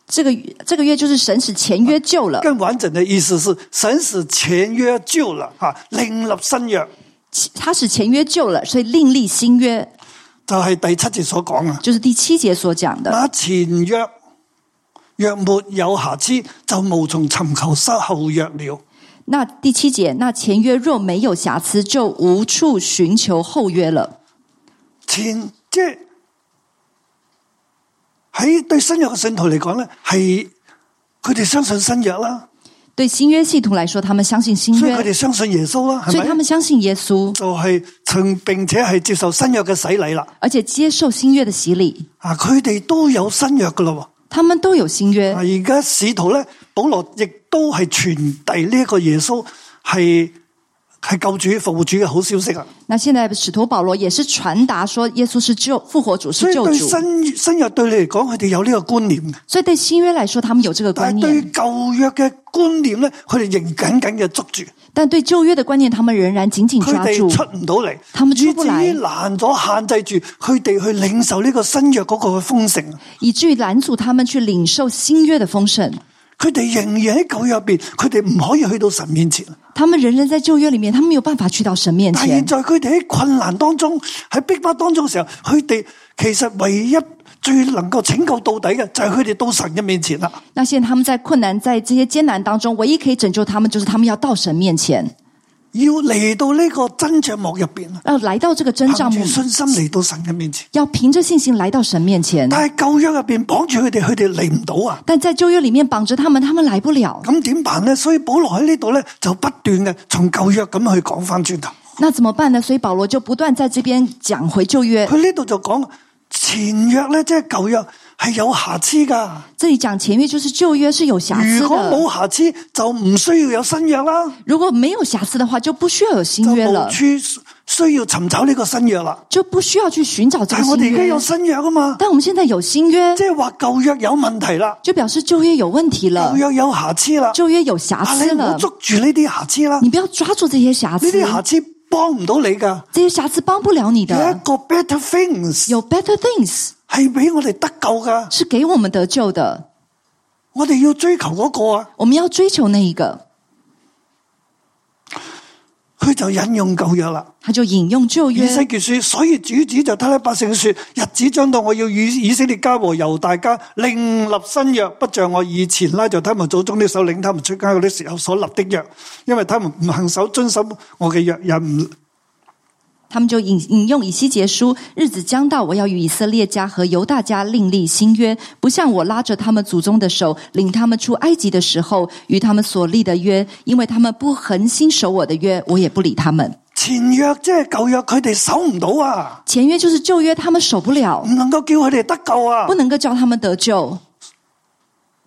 这个这个约就是神使前约旧了，
更完整的意思是，神使前約舊了啊，另立新約，
其他使前约旧了，所以另立新约，
就係第七節所講啊。
就是第七节所讲的。
那前約若沒有瑕疵，就無從尋求失後約了。
那第七节，那前约若没有瑕疵，就无处寻求后约了。
前即係喺對新約嘅信徒嚟講咧，係佢哋相信新約啦，
对新约信徒来说，他们相信新
所以佢
约，
哋相信耶穌啦，
所以
係
他
咪？
们相信耶稣，
就係曾並且係接受新約嘅洗禮啦。
而且接受新约的洗礼，
啊，佢哋都有新約噶啦喎。
他们都有新约
啊，。而家使徒咧，保羅亦都係傳遞呢一個耶穌係係救主復活主嘅好消息啊。
那现在使徒保罗也是传达说，耶稣是救复活主，
所
是
以
救
對
主。
新新約對你嚟講，佢哋有呢個觀念嘅。
所以对新约来说，他们有这个
但
观
係對
念，
舊約嘅觀念咧，佢哋仍緊緊嘅捉住，
但对旧约的观念，他们仍然紧紧
佢
抓
哋
住，
出唔到嚟，
他們出
以
不
至
來
於難咗限制住佢哋去領受呢個新約嗰個嘅豐盛。
以至于拦阻他们去领受新约的丰盛。
佢哋仍然喺舊約入邊，佢哋唔可以去到神面前。
他们仍然在旧约里面，他们没有办法去到神面
但現
前。
在佢哋喺困難當中，喺逼迫當中嘅時候，佢哋其實唯一最能夠拯救到底嘅，就係佢哋到神嘅面前啦。
那现在他们在困难、在这些艰难当中，唯一可以拯救他们，就是他们要到神面前，
要嚟到呢個真帳幕入邊，
要来到这个真
憑
帐
住
幕，
信心嚟到神嘅面前。
要凭着信心来到神面前。
但係舊約入邊綁住佢哋，佢哋嚟唔到啊！
但在旧约里面绑着他们，他们来不了。
咁點辦呢？所以保羅喺呢度咧就不斷嘅從舊約咁去講翻轉頭。
那怎么办呢？所以保罗就不断在这边讲回旧约，
佢呢度就講前約咧，即係舊約係有瑕疵㗎。
这里讲前约就是旧约是有瑕疵
如果
的。
冇瑕疵，就唔需要有新約啦。
如果没有瑕疵的话，就不需要有新
就
约
無
了，
處需要尋找呢個新約啦。
就不需要去寻找这
但係
个
我
新
哋而家
约
有。新約啊嘛，
但我们现在有新约
即，係話舊約有問題啦，
就表示旧约有问题了
舊，約有瑕疵啦。
旧约嗯有瑕
啊，你
疵嗯
唔好
了。
捉住呢啲瑕疵啦，
你
呢
不要抓住这些瑕疵，
啲瑕疵幫唔到你噶。
这些瑕疵帮不了你
有一
的。
個 better things
有 better things
係俾我哋得救噶，
是给我们得救的，
我哋要追求嗰個啊。
我们要追求那一个。
佢就引用舊約啦，
他就引用旧
以
约，
西結書，所以主旨就睇睇百姓說：日子將到，我要與以色列家和猶大家另立新約，不像我以前拉着他們祖宗的手領他們出家嗰啲時候所立的約，因為他們唔行守遵守我嘅約，也唔
他们就引引用以西结书：“日子将到，我要与以色列家和犹大家另立新约，不像我拉着他们祖宗的手，领他们出埃及的时候与他们所立的约，因为他们不恒心守我的约，我也不理他们。
前約即係舊約，佢哋守唔到啊，
前约就是旧约，他们守不了，
唔能夠叫佢哋得救啊
不，能够叫他们得救。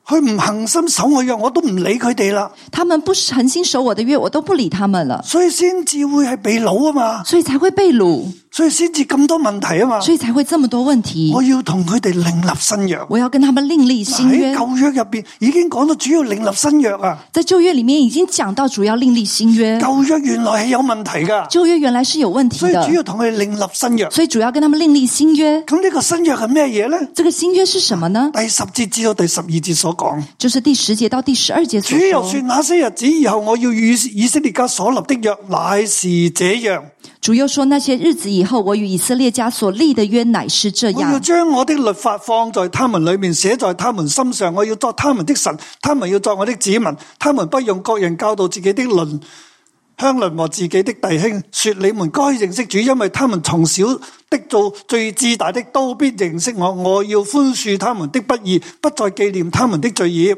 佢唔恒心守我約，我都唔理佢哋啦，
他们不恒心守我的约，我都不理他们了，
所以先至會係被掳啊嘛，
所以才会被掳，
所以先至咁多問題啊哦嘛，
所以才会这么多问题
我。要同佢哋另立新約。
我要跟他们另立新
喺
约。
舊約入边已經講到主要另立新約啊，
在旧约里面已经讲到，主要另立新约。
舊約原來係有問題噶，
旧约原来是有问题
所以
的
主，要同佢另立新約。
所以主要跟他们另立新约。
咁呢個新約係咩嘢咧？
这个新约是什么呢？
第十節至到第十二節所講，
就是第十节到第十二节
主
所
又
说
說。那些日子以後，我要與以色列家所立的約乃是這樣，
主又说：“那些日子以后，我与以色列家所立的约乃是这
我要
样。
將我的律法放在他們裏面，寫在他們心上。我要作他們的神，他們要作我的子民。他們不用各人教導自己的鄰鄉鄰和自己的弟兄，說你們該認識主，因為他們從小的做最至大的，都必認識我。我要寬恕他們的不義，不再紀念他們的罪孽。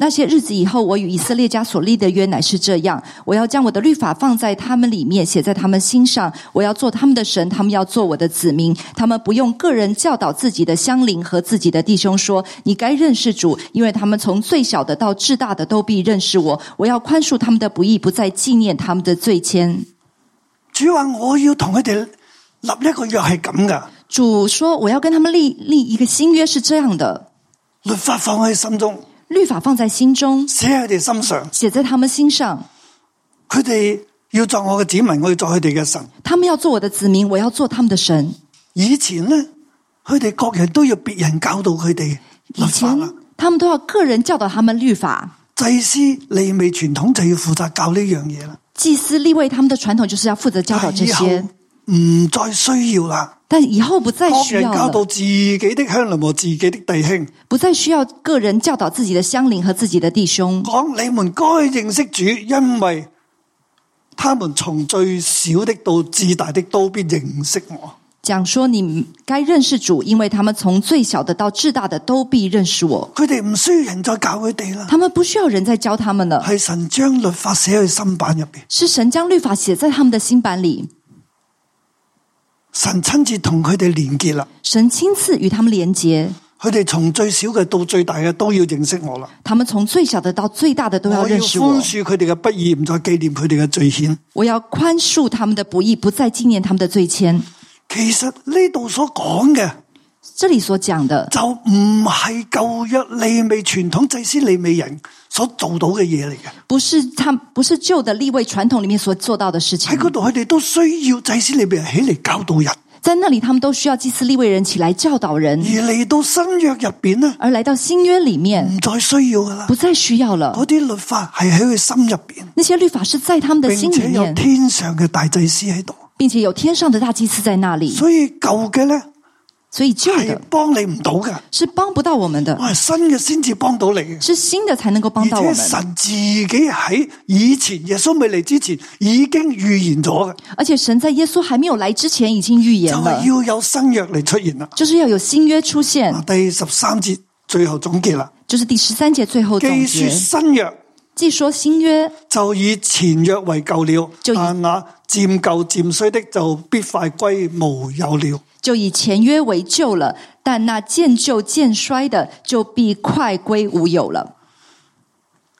那些日子以后，我与以色列家所立的约乃是这样：我要将我的律法放在他们里面，写在他们心上。我要做他们的神，他们要做我的子民。他们不用个人教导自己的乡邻和自己的弟兄说：你该认识主，因为他们从最小的到至大的都必认识我。我要宽恕他们的不义，不再纪念他们的罪愆。”
主話我要同佢哋立一個約係咁噶，
主说：“我要跟他们立立一个新约，是这样的，
律法放喺心中，
律法放在心中，
寫喺佢哋心上。
写在他们心上。
佢哋要作我嘅子民，我要作佢哋嘅神。
他们要做我的子民，我要做他们的神。
以前咧，佢哋各人都要別人教導佢哋律
以
法
前
啦。
他们都要个人教导他们律法，
祭司利未傳統就要負責教呢樣嘢啦。
祭司立位他们的传统就是要负责教导这
以後
些，
唔再需要啦，
但以后不再
各
需
人
要
教導
了，
自己的鄉鄰和自己的弟兄，
不再需要个人教导自己的乡邻和自己的弟兄，
講你們該認識主，因為他們從最小的到至大的都必認識我。
讲说你该认识主，因为他们从最小的到至大的都必认识我。
佢哋唔需要人再教佢哋啦，
他们不需要人再教他们了，
系神将律法写喺心版入边，
是神将律法写在他们的心版里，
神亲自同佢哋连结啦。
神亲自与他们连结。
佢哋从最小嘅到最大嘅都要认识我啦。
他们从最小的到最大的都要
我要
认识我。
宽恕佢哋嘅不义，唔再纪念佢哋嘅罪愆。
我要宽恕他们的不义，不再纪念他们的罪愆。
其实呢度所讲嘅
这里所讲的，
就唔系旧约利未传统祭司利未人所做到嘅嘢嚟嘅。
不是他不是旧的立位传统里面所做到的事情
喺，嗰度佢哋都需要祭司利未人起嚟教導人，
在那里他们都需要祭司立位人起来教导人，
而嚟到新約入边呢，
而来到新约里面
唔再需要噶啦
不。再需要了。
嗰啲律法係喺佢心入边，
那些律法是在他们的心
並
里
且有
面，
天上嘅大祭司喺度，
并且有天上的大祭司在那里，
所以舊嘅咧
所以旧
係
的
幫你唔到嘅，
是帮不到我们的，
哇新嘅先至幫到你嘅。
是新的才能够
而
帮到我
且
们。
神自己喺以前耶穌未嚟之前已經預言咗嘅，
而且神在耶穌还没有来之前已啊经预
就
言了
係，要有新約嚟出現啦。
就是要有新约出现，
第十三節最後總結啦，
就是第十三节最后总
既
结
說。新約。
既说新约，
就以前約為舊了，
就以
但那漸舊漸衰的就必快歸無有了。
就以前约为旧了，但那渐旧渐衰的，就必快归无有了。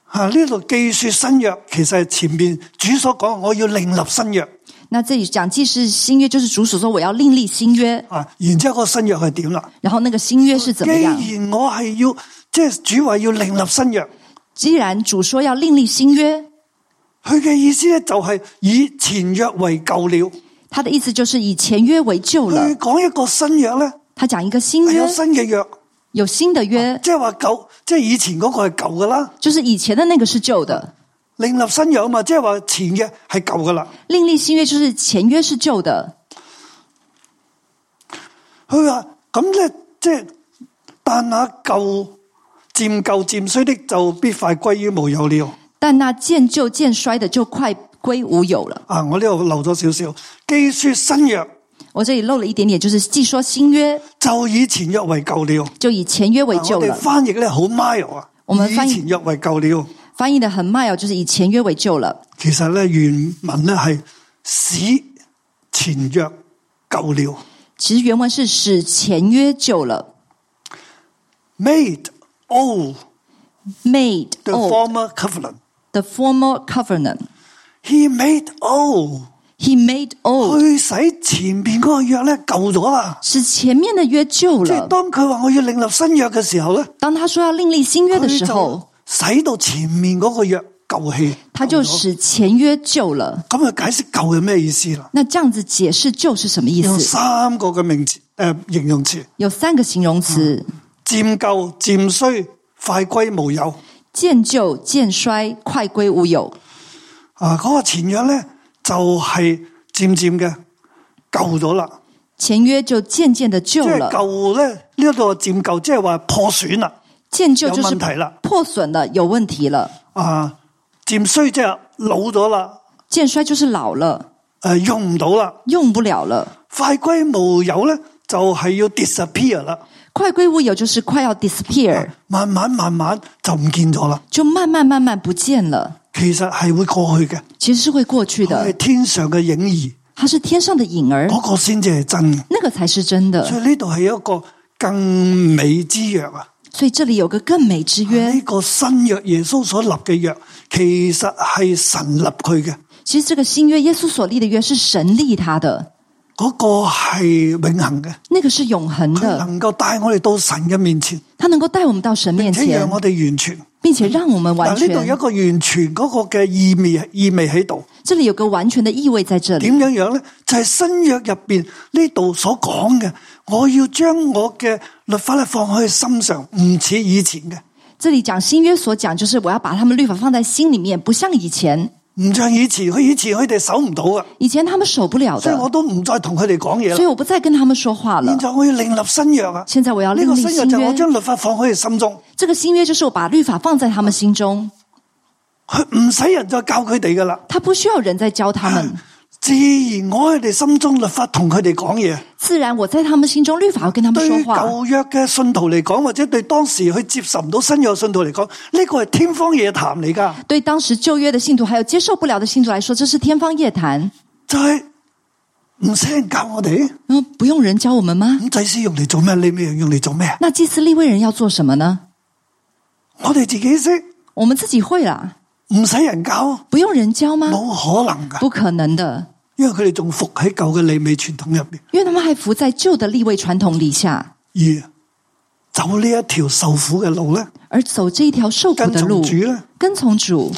啊，呢度既说新約，其實係前面主所講，我要另立新約
那这里讲既是新约，就是主所说我要另立新约，
啊。然之后嗰個新約係點啦？
然后那个新约是怎么样？
既然我係要，即係主話要另立新約，
既然主说要另立新约，
佢嘅意思咧就係以前約為舊了。
他的意思就是以前约为旧了
佢。講一個新約咧，
他讲一个新
係
约
有，新嘅約，
有新的约，
即係話舊，即係以前嗰個係舊噶啦。
就是以前的那个是旧的，
另立新約啊嘛，即係話前嘅係舊噶啦。
另立新约就是前约是旧的。
佢話：咁咧，即係但那舊漸舊漸衰的，就必快歸於無有了。
但那渐旧渐衰的就快归无有了。
啊！我呢度漏咗少少，既说新約，
我这里漏了一点点，就是既说新约，
就以前約為舊了。
就以前约为
啊
旧
我哋
了。
翻譯咧好 mile 啊，
我們翻譯
以前約為舊了，
翻译的很慢哦，就是以前约为旧了。
其實咧原文咧係使前約舊了
其实原文是使前约旧了
，made old
，made
the
old
former covenant。
the former covenant。
He made old，
He made old，
去使前邊嗰個約咧舊咗啦。
使前面的约旧
即
了
系。当佢话我要另立新约嘅时候咧，
当他说要另立新约的
佢
时候
就，使到前面嗰个约旧气，
他就使前约旧了。
咁佢解释旧係咩意思啦？
那这样子解释旧是什么意
有
思？
三个嘅名词诶、呃形容词：
有三个形容词：
嗯渐旧、渐衰、快归无有。
渐旧、渐衰、快归无有。
啊，嗰、個个前约咧就系渐渐嘅旧咗啦，
前约就渐渐的旧
即系
了，
旧咧呢度渐旧，即系话破损啦，
渐旧就
有
是
问题啦
破损了，有问题了。
啊，渐衰即系老咗啦，
渐衰就是老了，
诶、用唔到啦，
用不了了。
快归无有咧就系、要 disappear 啦。
快归无有就是快要 disappear，
慢慢慢慢就唔見咗啦。
就慢慢慢慢不见了。
其實係會過去嘅，
其实是会过去
佢係
的，
天上嘅影兒，
它是天上的影儿，
嗰、個先至係真嘅。
那个才是真
所
的。
以呢度係一個更美之約啊！
所以这里有个更美之
呢
约，
個新約耶穌所立嘅約，其實係神立佢嘅，
其实这个新约耶稣所立的约是神立他的，
嗰、個係永恆嘅，
那个是永恒
佢
的，
能夠帶我哋到神嘅面前，
他能够带我们到神面
並且
前
讓，我哋完全。
并且让我们完
嗱，呢度有啊
全
一。個完全嗰個嘅意味意味喺度，
这里有个完全的意味在这里
點。樣樣咧？就係新約入边呢度所講嘅，我要將我嘅律法咧放喺心上，唔似以前嘅，
这里讲新约所讲，就是我要把他们律法放在心里面，不像以前，
唔像以前，佢以前佢哋守唔到啊，
以前他们守不了
所以我
的，
都唔再同佢哋講嘢
所以
啦。
我不再跟他们说话了
現。在我要另立新約啊！
现在我要
呢
另
個
立
新約
新
就係我
约，
將律法放喺佢哋心中，
这个新约就是我把律法放在他们心中，
佢唔使人再教佢哋噶啦。
他不需要人再教他们。
自然我喺佢哋心中律法同佢哋讲嘢。
自然我在他们心中律法要跟他们
对
说话。
旧约嘅信徒嚟讲，或者对当时去接受唔到新约嘅信徒嚟讲，呢个系天方夜谭嚟噶。
对当时旧约的信徒还有接受不了的信徒来说，这是天方夜谭。
就系唔使人教我哋，
嗯，不用人教我们吗？
咁祭司用嚟做咩？你咪用嚟做咩？
那祭司立位人要做什么呢？
我哋自己识，
我们自己会啦，
唔使人教，
不用人教吗？
冇可能噶。
不可能的，
因为佢哋仲服喺旧嘅利美传统入边，
因为他们还伏在旧的立位传统底下，
而走呢一条受苦嘅路咧，
而走这一条受苦
跟
的
从
路
主。咧，
跟从主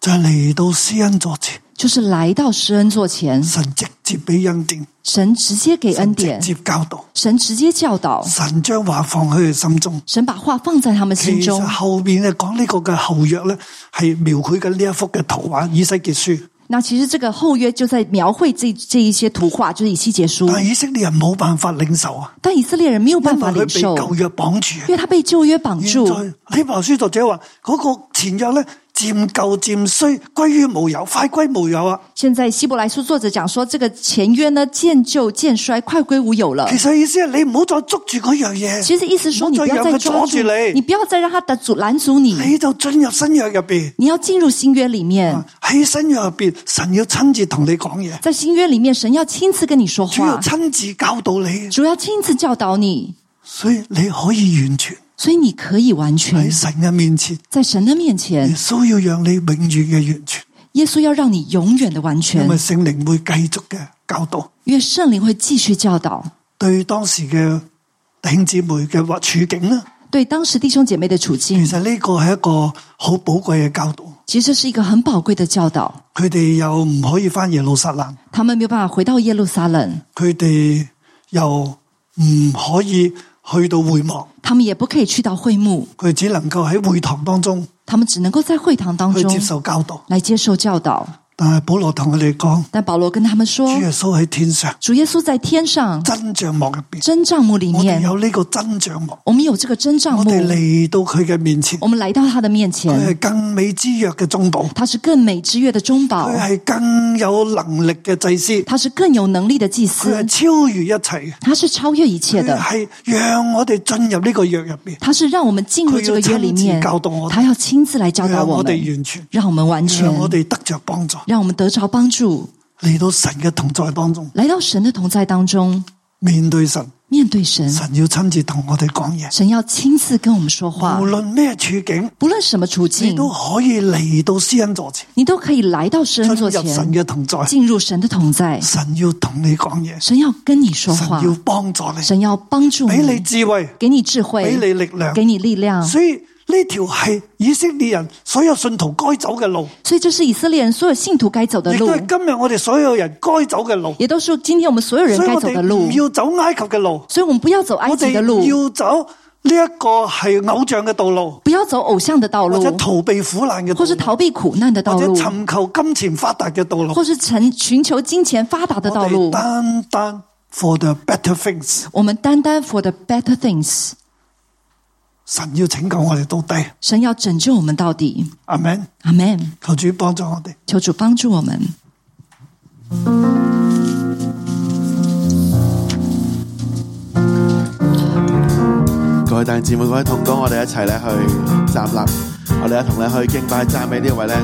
就系嚟到施恩座前，
就是来到施恩座前，
神直接俾恩典，
神直接给恩典
直，接教导，
神直接教导，
神将话放喺佢心中。
神把话放在他们心
其實
中。
後面咧講呢個嘅後約咧，係描繪緊呢一幅嘅圖畫《以西結書》，
那其实这个后约就在描绘这这一些图画，就是以西结书
但。係以色列人冇辦法領受啊，
但以色列人没有
因為
嗯办法领
佢被
受，
舊約綁住啊
因。为他被旧约绑
現在
住。
呢部書作者話嗰、個前約咧漸舊漸衰，歸於無有，快歸無有啊！
现在希伯来书作者讲说，这个前约呢渐旧渐衰，快归无有了
其。實意思係你唔好再捉住嗰樣嘢，
啊其实意思说，
唔
你
好
不
再
要
讓
再
佢
抓
阻
住
住
你
你，哎
不要再让他的阻拦阻你，
你就進入新約入邊。
你要进入新约里面。
喺新約入邊，神要親自同你講嘢，
在新约里面，神要亲自跟你说
主要
话，
親自教導你，
主要亲自教导你，
所以你可以完全
所以你可以完
喺
全
神嘅面前。
在神的面
耶
前，
稣要让你永远嘅完全，
耶稣要让你永远的完
因
全
为，圣灵会继续嘅教导，
因为圣灵会继续教导。
对当时嘅弟兄姊妹嘅或处境咧，
对当时弟兄姐妹的处
其
境，
实呢个系一个好宝贵嘅教导。
其实这是一个很宝贵的教导。
佢哋又唔可以翻耶路撒冷，
他们没有办法回到耶路撒冷，
佢哋又唔可以去到会幕，
他们也不可以去到会幕，
佢只能够喺会堂当中
他们只能够在会堂当
去
中
接受教导。
来接受教导。
但系保罗同佢哋讲，
但保罗跟他们说
主，啊耶稣喺天上
主耶稣在天上
真帐幕入边，
真帐幕里
我哋
面，
有呢个真帐幕，
我们有这个真帐
我
幕，
哋嚟到佢嘅面前。
我们来到他的面
佢系
前，
更美之约嘅中保，
他是更美之约的中保，
佢系更有能力嘅祭司，
他是更有能力的祭
佢
司，
系超越一切嘅，
他是超越一切的。
佢系让我哋进入呢个约入边，
他是让我们进入这个约里面
佢要亲自教导我，哋
他要亲自来教导
让
我
我
们，
哋完全，
让我们完全，
啊让我哋得着帮助，
让我们得着帮助，
嚟到神嘅同在当中，
来到神的同在当中，
面对神，
面对神，
神要亲自同我哋讲嘢，
神要亲自跟我们说话
无，论咩处境，
不论什么处
你
境，
都可以嚟到施恩座前，
你都可以来到神
进
恩
入
座前，
神嘅同在，
进入神的同在，
神要同你讲嘢，
神要跟你说
神
话，
要帮助你，
神要帮助
俾你
你，
智慧，
给你智慧，
俾你力量。
给你力量。
所以呢条系以色列人所有信徒该走嘅路，
所以这是以色列人所有信徒该走的
亦
路
都，系今日我哋所有人该走嘅路。
也都是今天我们所有人
所以
该
我
走
哋
的路
唔。要走埃及嘅路，
所以我们不要走埃
我
及
哋
的路，
要走呢一个系偶像嘅道路，
不要走偶像的道
或
路
者，逃避苦难嘅道
或是
路，
逃避苦难的道
或者
路，
寻求金钱发达嘅道路。
或是寻寻求金钱发达的
我
道
哋
路。
单单 for the better things，
我们单单 for the better things，
神要拯救我哋到底。
神要拯救我们到底。
阿 man，
阿门。
求主帮助我哋。
求主帮助我们。
各位弟兄姊妹，各位同工，我哋一齊咧去站立，我哋一同咧去敬拜讚美呢一位咧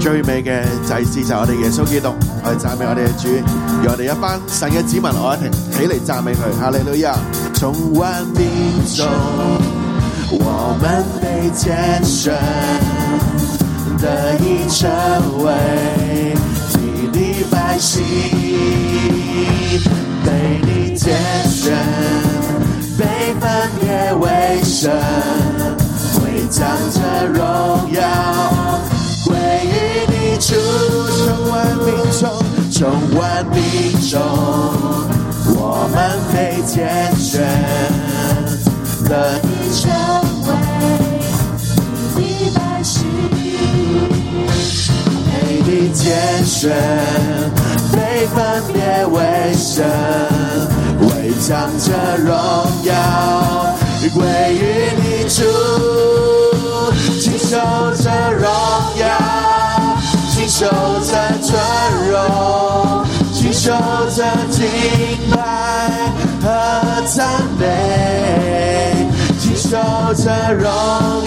最美嘅祭司就係我哋耶穌基督，我哋讚美我哋嘅主，讓我哋一班神嘅子民，我一齊起嚟讚美佢，哈利路亞！從萬民中，我們被揀選得以成為你的百姓，被你揀選。被分别为神，会将这荣耀归于你主。从万民中，从万民中，我们被拣选的一生为你百姓，被你拣选，被分别为神。为将这荣耀归于你主，尽受这荣耀，尽受这尊荣，着荣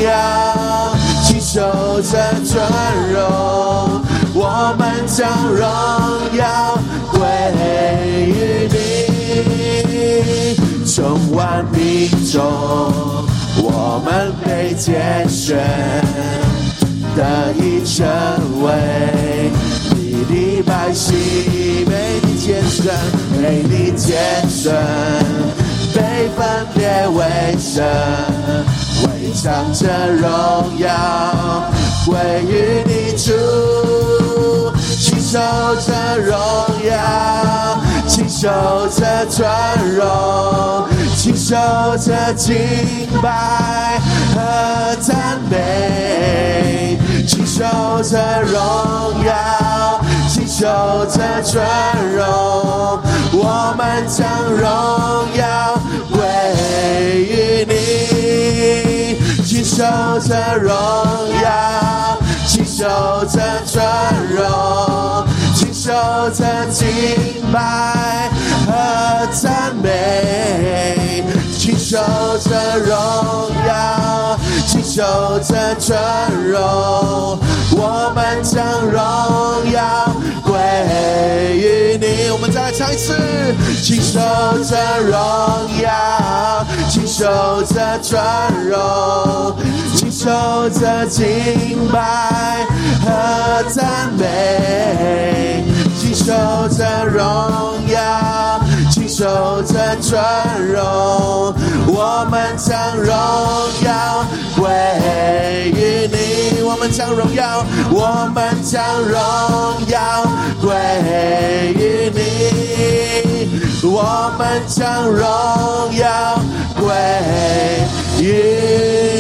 耀，领受着尊荣，我们将荣耀归于你。从万民中，我们被拣选，得以成为你的百姓，被你拣选，被你拣选，被分别为圣，为长者荣耀归于你主。亲手着荣耀，亲手着尊荣，亲手着敬拜和赞美，亲手着荣耀，亲手着尊荣，我们将荣耀归于你，亲手着荣耀。亲手着尊荣，亲手着敬拜和赞美，亲手着荣耀，亲手着尊荣，我们将荣耀归于你。我们再来唱一次，亲手着荣耀，亲手着尊荣。亲手着敬拜和赞美，亲手着荣耀，亲手着尊荣，我们将荣耀归于你，我们将荣耀，我们将荣耀归于你，我们将荣耀归于。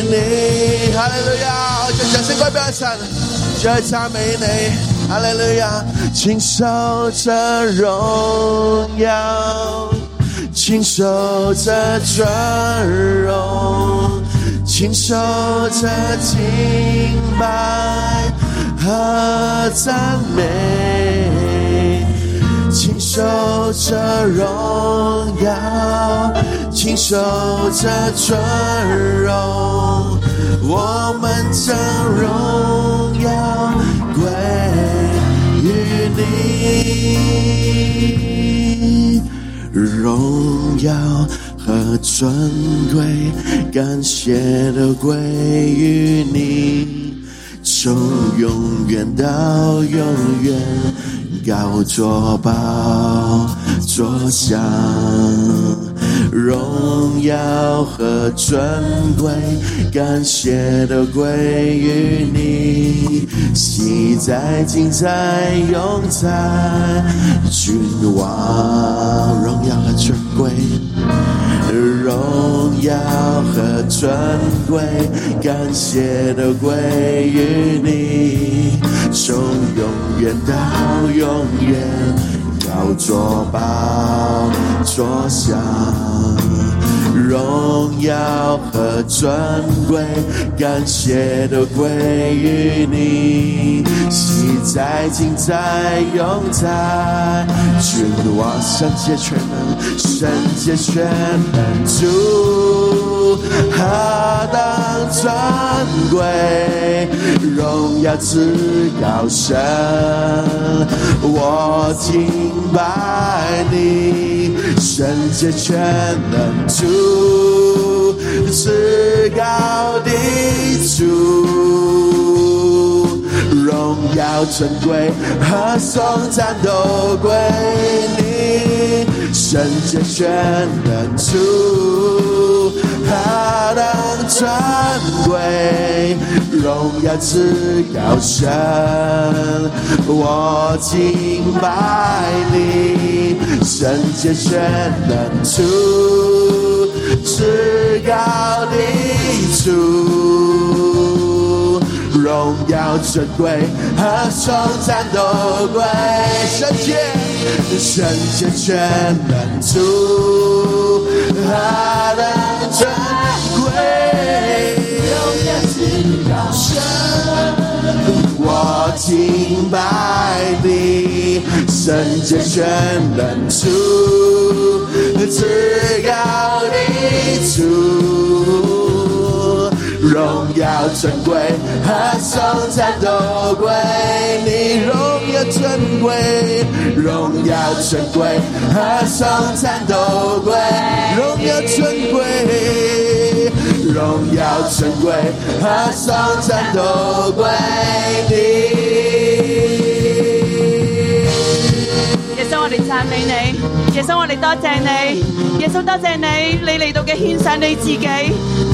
你，哈利路亞！我將掌聲歸俾阿神，再讚美你，哈利路亞！請受這榮耀，請受這尊榮，請受這敬拜和讚美，請受這榮耀。親手着尊榮，我們將榮耀歸於你。榮耀和尊貴，感謝都歸於你，從永遠到永遠，高作寶座上。榮耀和尊貴，感謝都歸於你。昔在、今在、永在，君王榮耀和尊貴，榮耀和尊貴，感謝都歸於你。從永遠到永遠。要作寶座下，榮耀和尊貴，感謝都歸於你。昔在、今在、永在，君王聖潔全能，聖潔全能主，何等尊貴，榮耀至高神，我敬拜你，聖潔全能主，至高的主。榮耀、尊貴和頌讚都歸你，聖潔全能主，何等尊貴，榮耀至高神，我敬拜你，聖潔全能主，至高的主。榮耀、尊貴和頌讚都歸聖潔，聖潔全能主，何等尊貴！榮耀至高神，我敬拜你，聖潔全能主，至高的主。荣耀尊贵和颂赞都归你，荣耀尊贵，荣耀尊贵和颂赞都归，荣耀尊贵，荣耀尊贵和颂赞都归你。
耶稣，我哋赞美你，耶稣，我哋多谢你，耶稣多谢你，你嚟到嘅献上你自己，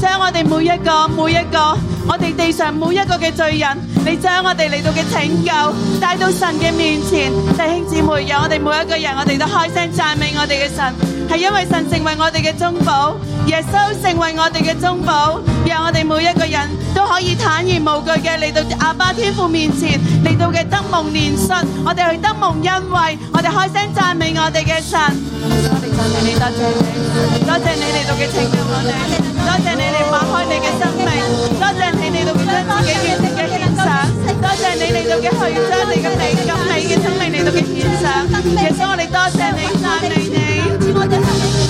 将我哋每一个每一个，我哋地上每一个嘅罪人，你将我哋嚟到嘅拯救带到神嘅面前，弟兄姊妹，让我哋每一个人，我哋都开声赞美我哋嘅神，系因为神成为我哋嘅中保，耶稣成为我哋嘅中保，让我哋每一个人都可以坦然無懼嘅嚟到阿爸天父面前，嚟到嘅得蒙憐恤，我哋去得蒙恩惠，我哋開聲讚美我哋嘅神，我哋讚美你，多謝你，多謝你嚟到嘅拯救我哋，多謝你嚟擘開你嘅生命，多謝你嚟到將自己嘅嘅獻上，多謝你嚟到嘅去將你嘅美咁美嘅生命嚟到嘅獻上，耶穌我哋多謝你，讚美你。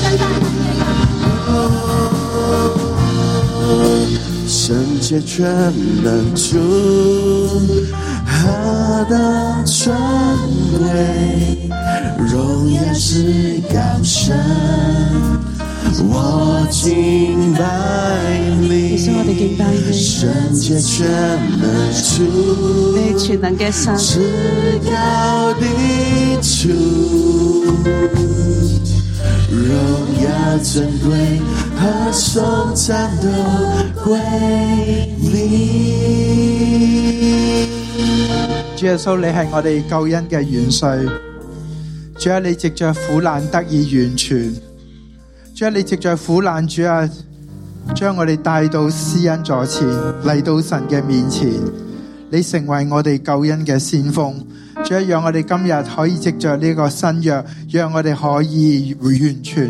圣洁全能主，何等尊贵，荣耀至高神，我敬拜你。
耶穌我哋敬拜你
圣洁全能主，
你係全能嘅神，
至高的主，荣耀尊贵和颂赞都归你。
主耶稣，你系我哋救恩嘅元帅。主啊，你藉着苦难得以完全。主啊，你藉着苦难，主啊，将我哋带到施恩座前，嚟到神嘅面前。你成为我哋救恩嘅先锋。主啊，让我哋今日可以藉着呢个新约，让我哋可以完全。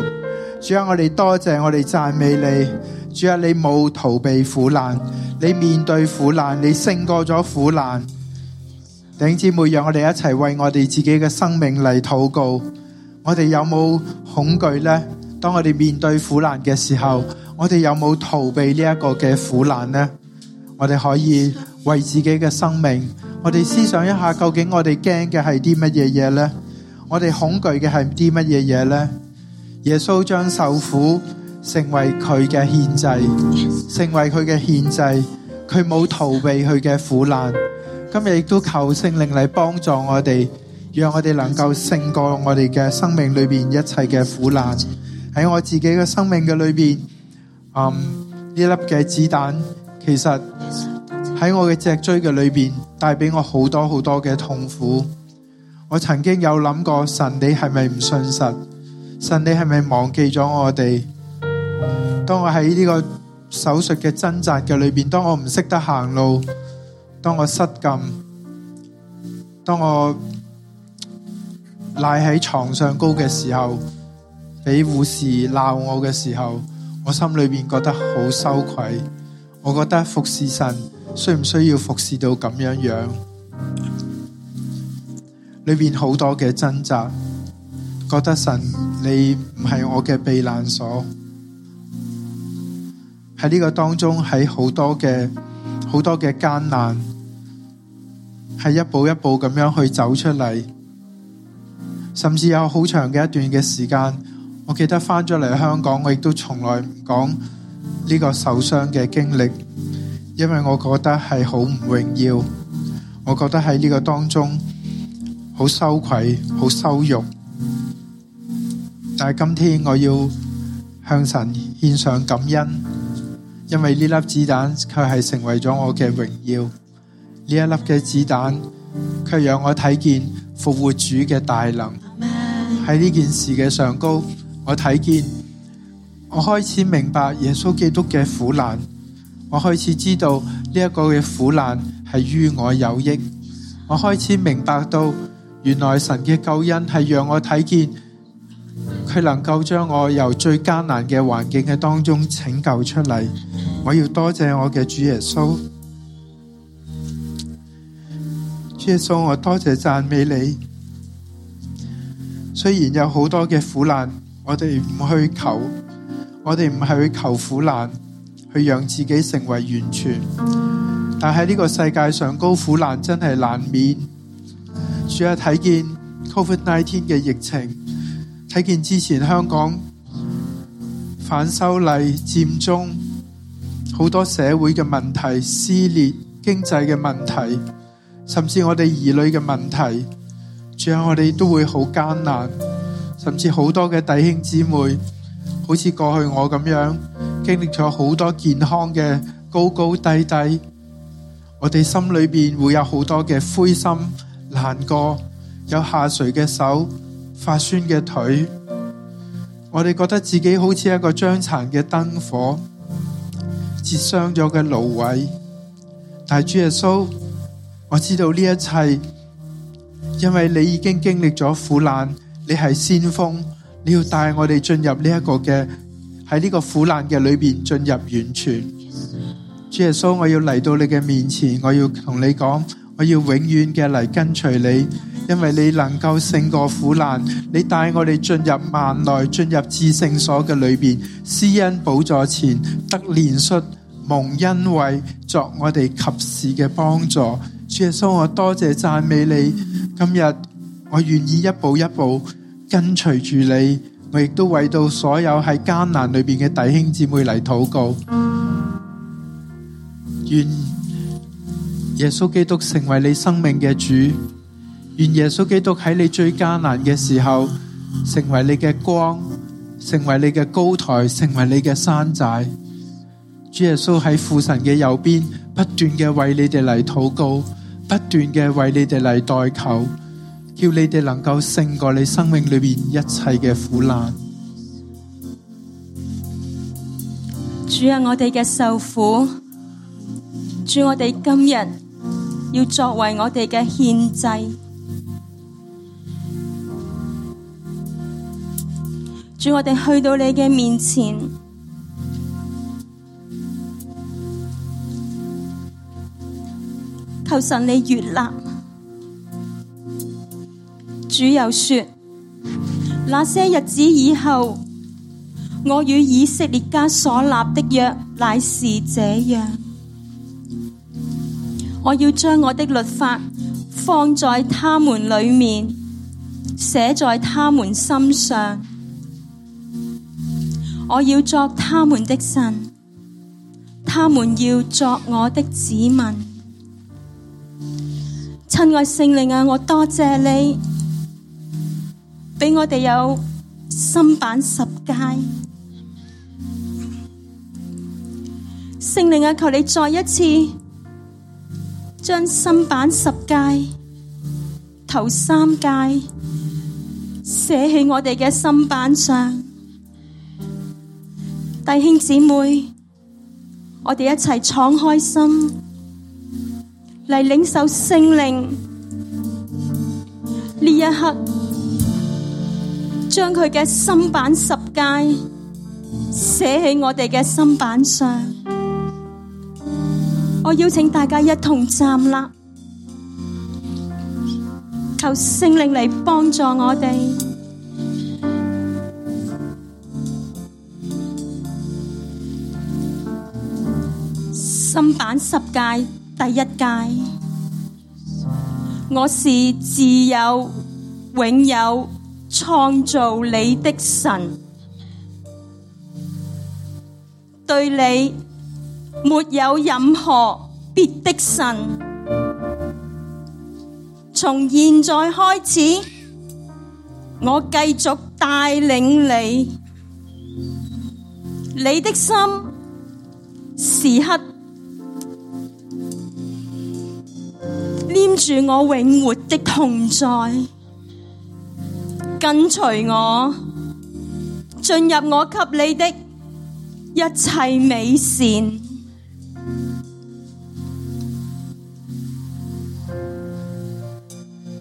主啊，我哋多谢，我哋赞美你。主啊，你冇逃避苦难，你面对苦难，你胜过咗苦难。弟兄姊妹，让我哋一齐为我哋自己嘅生命嚟祷告。我哋有冇恐惧呢？当我哋面对苦难嘅时候，我哋有冇逃避呢一个嘅苦难呢？我哋可以为自己嘅生命，我哋思想一下，究竟我哋惊嘅系啲乜嘢嘢呢？我哋恐惧嘅系啲乜嘢嘢呢？耶稣将受苦成为佢嘅献祭，成为佢嘅献祭，佢冇逃避佢嘅苦难。今日亦都求圣灵嚟帮助我哋，让我哋能够胜过我哋嘅生命里边一切嘅苦难。喺我自己嘅生命嘅里边，嗯，呢粒嘅子弹其实喺我嘅脊椎嘅里边带俾我好多好多嘅痛苦。我曾经有谂过，神你系咪唔信实？神你系咪忘记咗我哋？当我喺呢个手术嘅挣扎嘅里边，当我唔识得行路。当我失禁，当我赖喺床上高嘅时候，俾护士闹我嘅时候，我心里边觉得好羞愧。我觉得服侍神需唔需要服侍到咁样样？里边好多嘅挣扎，觉得神你唔系我嘅避难所。喺呢个当中，喺好多嘅。好多嘅艱難，係一步一步咁樣去走出嚟，甚至有好長嘅一段嘅時間，我記得翻咗嚟香港，我亦都從來唔講呢個受傷嘅經歷，因為我覺得係好唔榮耀，我覺得喺呢個當中好羞愧、好羞辱。但係今天我要向神獻上感恩。因为呢粒子弹佢系成为咗我嘅荣耀，呢一粒嘅子弹佢让我睇见复活主嘅大能。喺呢件事嘅上高，我睇见我开始明白耶稣基督嘅苦难，我开始知道呢一个嘅苦难系于我有益，我开始明白到原来神嘅救恩系让我睇见佢能够将我由最艰难嘅环境嘅当中拯救出嚟。我要多谢我嘅主耶稣，主耶稣，我多谢赞美你。虽然有好多嘅苦难，我哋唔去求，我哋唔系去求苦难，去讓自己成為完全。但喺呢個世界上，高苦難真係難免。主啊，睇見 Covid nineteen 嘅疫情，睇見之前香港反修例佔中，好多社會嘅問題、撕裂、經濟嘅問題，甚至我哋兒女嘅問題，主啊，我哋都會好艱難，甚至好多嘅弟兄姊妹，好似過去我咁樣，經歷咗好多健康嘅高高低低，我哋心裏邊會有好多嘅灰心、難過，有下垂嘅手、發酸嘅腿，我哋覺得自己好似一個將殘嘅燈火，折傷咗嘅蘆葦。但係主耶穌，我知道呢一切，因為你已經經歷咗苦難，你係先鋒，你要帶我哋進入呢一個嘅喺呢個苦難嘅裏邊進入完全。主耶穌，我要嚟到你嘅面前，我要同你講，我要永遠嘅嚟跟隨你，因為你能夠勝過苦難，你帶我哋進入萬內，進入至聖所嘅裏邊，施恩寶座前得憐恤，蒙恩惠，作我哋及時嘅幫助。主耶穌，我多謝讚美你，今日我願意一步一步跟隨住你，我亦都為到所有喺艱難裏邊嘅弟兄姊妹嚟禱告。愿耶稣基督成为你生命嘅主，愿耶稣基督喺你最艰难嘅时候，成为你嘅光，成为你嘅高台，成为你嘅山寨。主耶稣喺父神嘅右边，不断嘅为你哋嚟祷告，不断嘅为你哋嚟代求，叫你哋能够胜过你生命里面一切嘅苦难。
主啊，我哋嘅受苦，主我哋今日要作为我哋嘅献祭。主，我哋去到你嘅面前，求神你悦纳。主又说：那些日子以后，我与以色列家所立的约乃是这样。我要将我的律法放在他们里面，写在他们心上。我要作他们的神，他们要作我的子民。亲爱圣灵啊，我多谢你，俾我哋有新版十诫。圣灵啊，求你再一次。将新版十戒、头三戒写喺我哋嘅新版上。弟兄姊妹，我哋一齐敞开心嚟领受圣灵呢一刻，将佢嘅新版十戒写喺我哋嘅新版上。我邀请大家一同站立，求圣灵嚟帮助我哋。新版十戒第一戒，我是自有、永有、创造你的神，对你。没有任何别的神。从现在开始，我继续带领你，你的心时刻黏住我永活的同在，跟随我，进入我给你的一切美善。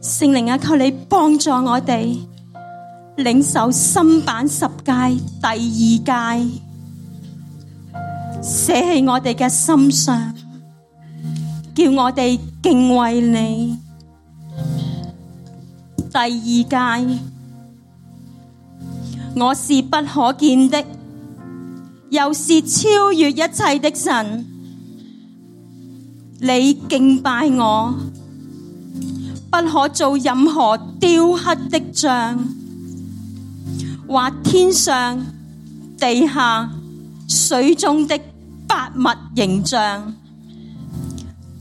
圣灵啊，求你帮助我哋领受新版十诫第二诫，写喺我哋嘅心上，叫我哋敬畏你。第二诫，我是不可见的，又是超越一切的神。你敬拜我，不可做任何雕刻的像，或天上、地下、水中的百物形象，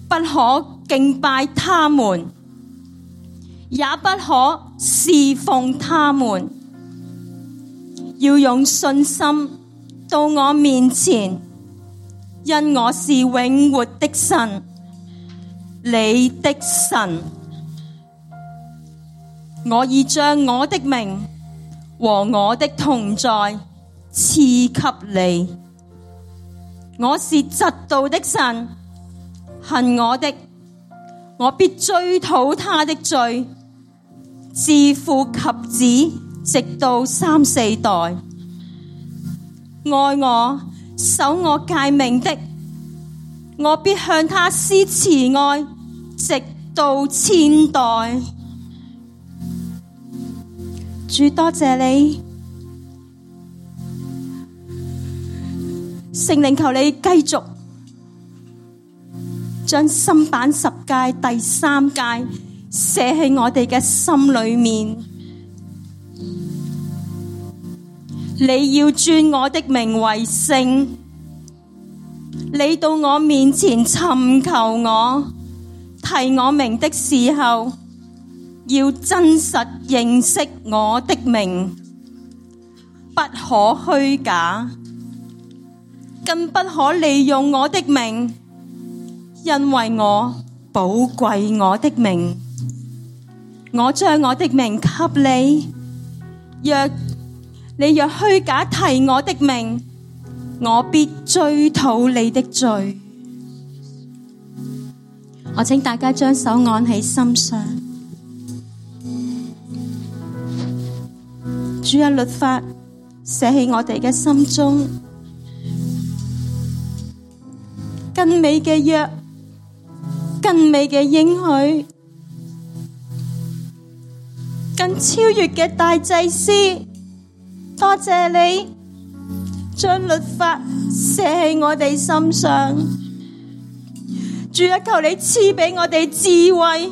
不可敬拜他们，也不可侍奉他们。要用信心到我面前，因我是永活的神，你的神。我已将我的名和我的同在赐给你。我是嫉妒的神，恨我的，我必追讨他的罪。自父及子，直到三四代。爱我、守我诫命的，我必向他施慈爱，直到千代。主多谢你，圣灵求你继续将新版十诫第三诫写喺我哋嘅心里面。你要尊我的名为圣，你到我面前寻求我，提我名的时候。要真实认识我的名，不可虚假，更不可利用我的名，因为我宝贵我的名。我将我的名给你，若你若虚假提我的名，我必追讨你的罪。我请大家将手按喺心上。主嘅律法写喺我哋嘅心中，更美嘅约，更美嘅应许，更超越嘅大祭司，多谢你将律法写喺我哋心上。主啊，求你赐俾我哋智慧、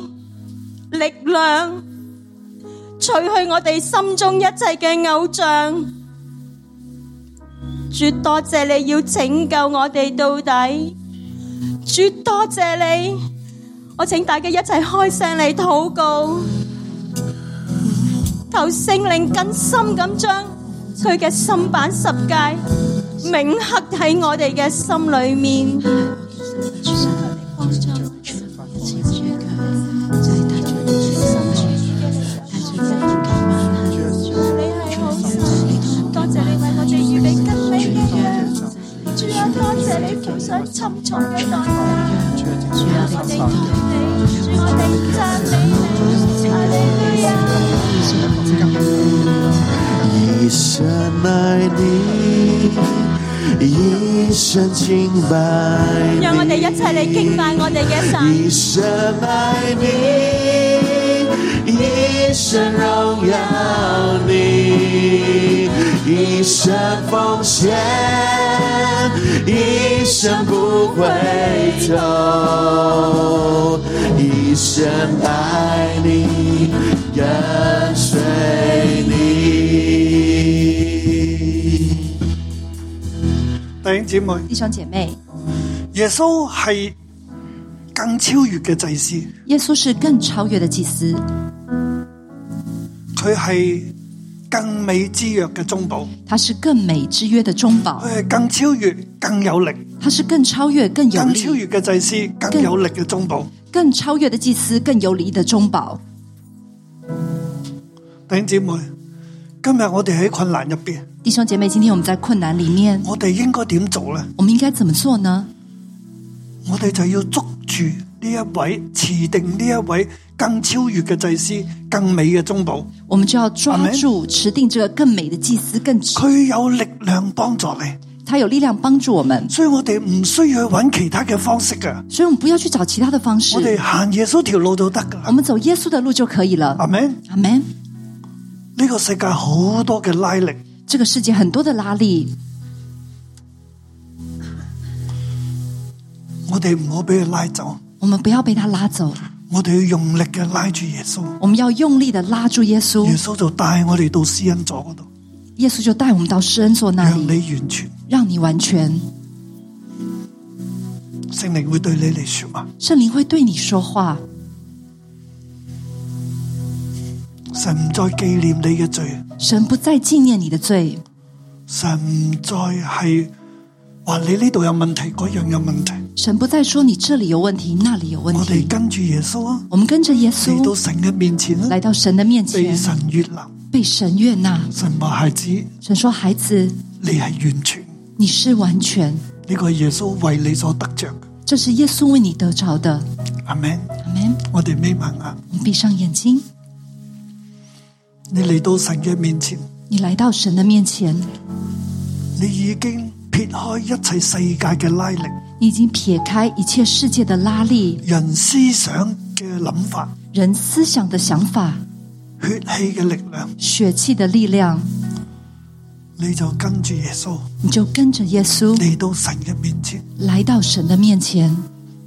力量。除去我哋心中一切嘅偶像。主多谢你要拯救我哋到底，主多谢你，我请大家一齐开声嚟祷告，求圣灵更深咁将佢嘅心版十诫铭刻喺我哋嘅心里面。啊你係好神，多謝你為我哋預備更美嘅樣。主啊，多謝你付上沉重嘅代價。主啊，我哋愛你，主我哋讚美你，哈利路亞。
一生爱你，一生敬拜
讓啊我
你，
哋一齊嚟敬拜我哋嘅神。
一生爱你，一生荣耀你，一生奉献，一生不回头，一生爱你，跟随你。
弟兄姊妹，
弟兄姐妹，
耶稣系更超越嘅祭司，
耶稣是更超越的祭司，
佢系更美之约嘅中保，
他是更美之约的中保，
佢系更超越、更有力、
他是更超越、更有
更超
力、
越嘅祭司、更
更
有力嘅中保。
更超越的祭司、更有力的中保。
弟兄姊妹，今日我哋喺困難入边，
弟兄姐妹，今天我们在困難里面，
我哋應該點做呢？
我们应该怎么做呢？
我哋就要捉住呢一位持定呢一位更超越嘅祭司、更美嘅中保，
我们就要抓
Amen
住、持定这个更美的祭司，更
佢有力量幫助你，
他有力量帮助我们，
所以我哋唔需要去揾其他嘅方式噶，
所以我们不要去找其他的方
我哋
式，
行耶穌條路就得噶
我
啦。
们走耶穌的路就可以了。
阿明，
阿门。
呢個世界好多嘅拉力，
这个世界很多的拉力，
我哋唔好俾佢拉走，
我们不要被他拉走，
我哋要用力嘅拉住耶稣，
我们要用力的拉住耶稣
耶，稣就带我哋到施恩座嗰度，
耶稣就带我们到施恩座那
让你
里，
完全，
让你完全。
圣灵会对你嚟说话，
圣灵会对你说话，
神唔再纪念你嘅罪，
神不再纪念你的罪，
神唔再系话你呢度有问题，嗰样有问题，
神不再说你这里有问题，那里有问
我哋
题。
跟住耶稣啊，
我们跟着耶
嚟到
稣
神嘅面前啊
来，到神的面
被
前，
神悦纳，
被神悦纳。
神话孩子，你
神说：“孩子，
系完全，呢、
你是完全，
个系耶稣为你所得着嘅，
这是耶稣为你得着的。
阿门。”
阿门。
我哋眯埋眼，
我们闭上眼睛，
你嚟到神嘅面前。
你来到神的面前，
你已經撇開一切世界嘅拉力、
你已经撇开一切世界的拉力、
人思想嘅諗法、
人思想的想法、
血氣嘅力量，
血气的力量，
你就跟住耶穌
你就跟着耶稣
嚟到神嘅面前，
来到神的面前。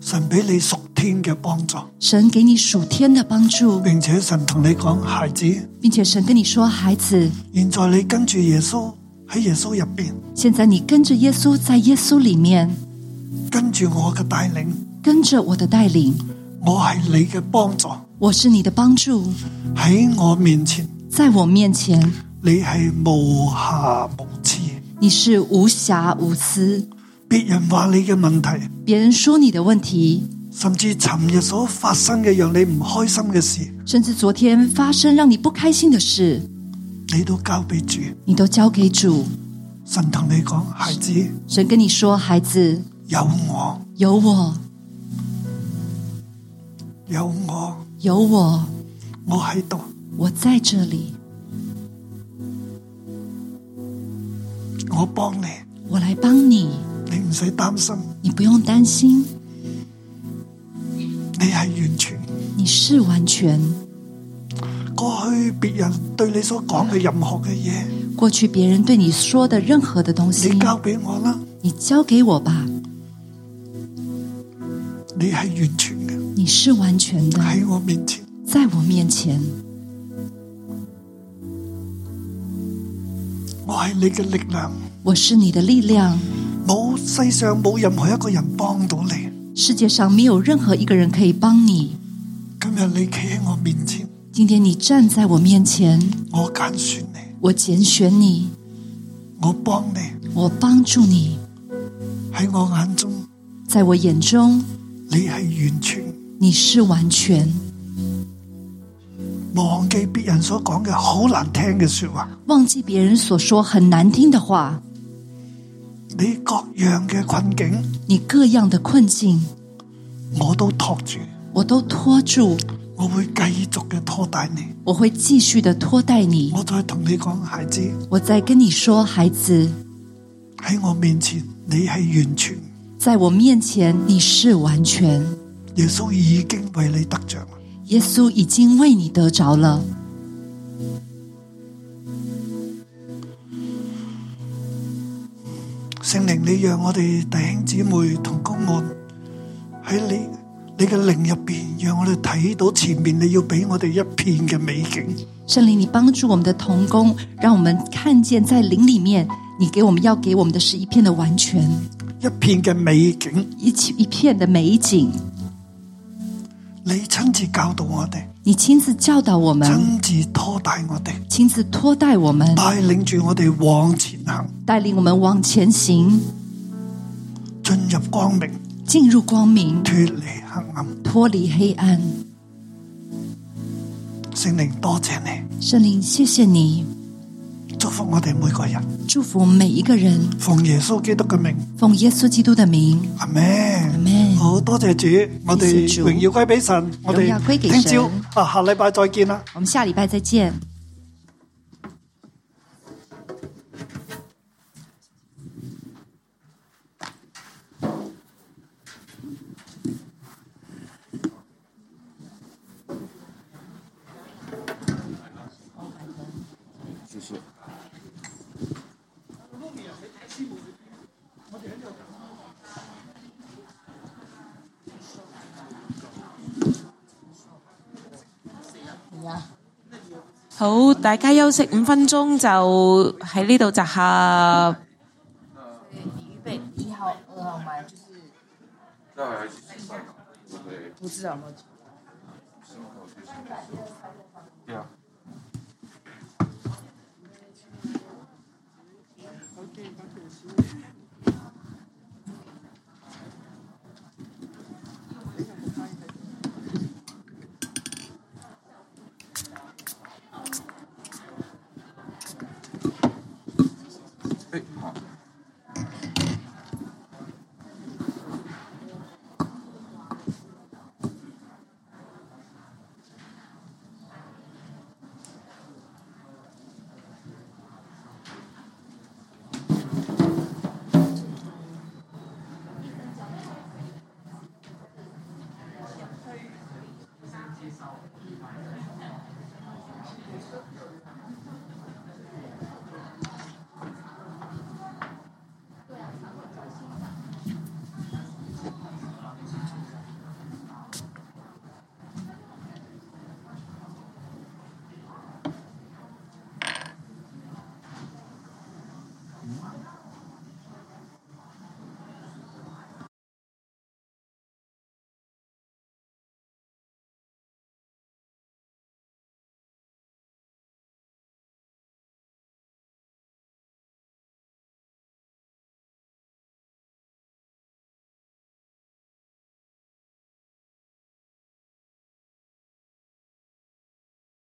神俾你屬天嘅幫助，
神给你屬天的帮助，
並且神同你講：孩子，
并且神跟你说：“孩子，
現在你跟住耶穌喺耶穌入邊，
现在你跟着耶稣，在耶稣里面，
跟住我嘅帶領，
跟着我的带领，
我係你嘅幫助
我是你的帮助，
喺我面前，
在我面前
你係無瑕無疵。
你是无瑕无疵。
別人話你嘅問題，
别人说你的问题，
甚至尋日所發生嘅讓你唔開心嘅事。
甚至昨天发生让你不开心的事，
你都交俾主，
你都交给主。
神同你讲，孩子
神跟你说：孩子，
有我，
有我，
有我，
有我，
我喺度，
我在这里，
我帮你，
我来帮你，
你唔使担心，
你不用担心，
你系完全。
你是完全。”
过去别人对你所讲嘅任何嘅嘢，
过去别人对你说的任何的东西
你，交俾我啦，
你交给我吧。
你系完全嘅
你是完全的，
喺我面前，
在我面前，
我系你嘅力量，
我是你的力量。
冇世上冇任何一个人帮到你。
世界上没有任何一个人可以帮你。
今日你企喺我面前，
今天你站在我面前，
我拣选你，
我拣选你，
我帮你
我帮助你。
喺我眼中，
在我眼中，
你系完全，
你是完全。
忘记别人所讲嘅好难听嘅说话。
忘记别人所说很难听的话，
你各樣嘅困境，
你各样的困境，
我都托住，
我都拖住。
我會繼續嘅拖帶你。
我会继续的拖带你。
我再同你講，孩子
我在跟你说，孩子，
喺我面前，你係完全，
在我面前你是完全。
耶穌已經為你得着啦。
耶稣已经为你得着了，
聖靈，你讓我哋弟兄姊妹同公案喺你你嘅靈入边，讓我哋睇到前面你要俾我哋一片嘅美景。
圣灵，你帮助我们的童工，让我们看见在灵里面，你给我们要给我们的是一片的完全，
一片嘅美景，
一起一片的美景。
你親自教導我哋，
你亲自教导我们，
親自拖帶我哋，
亲自拖带我们，
帶領住我哋往前行，
带领我们往前行，
進入光明，
进入光明，
脱離黑暗。
脱离黑暗。
圣灵多谢你，
圣灵，谢谢你，
祝福我哋每个人，
祝福每一个人，
奉耶稣基督嘅名，
奉耶稣基督的名，
阿门。
Amen
好多谢主，我
谢谢
哋
主
荣耀归俾神，我
荣耀归
哋
给
听
神
朝啊，下礼拜再见啦。
我们下礼拜再见。
好，大家休息五分鐘就喺呢度摘下。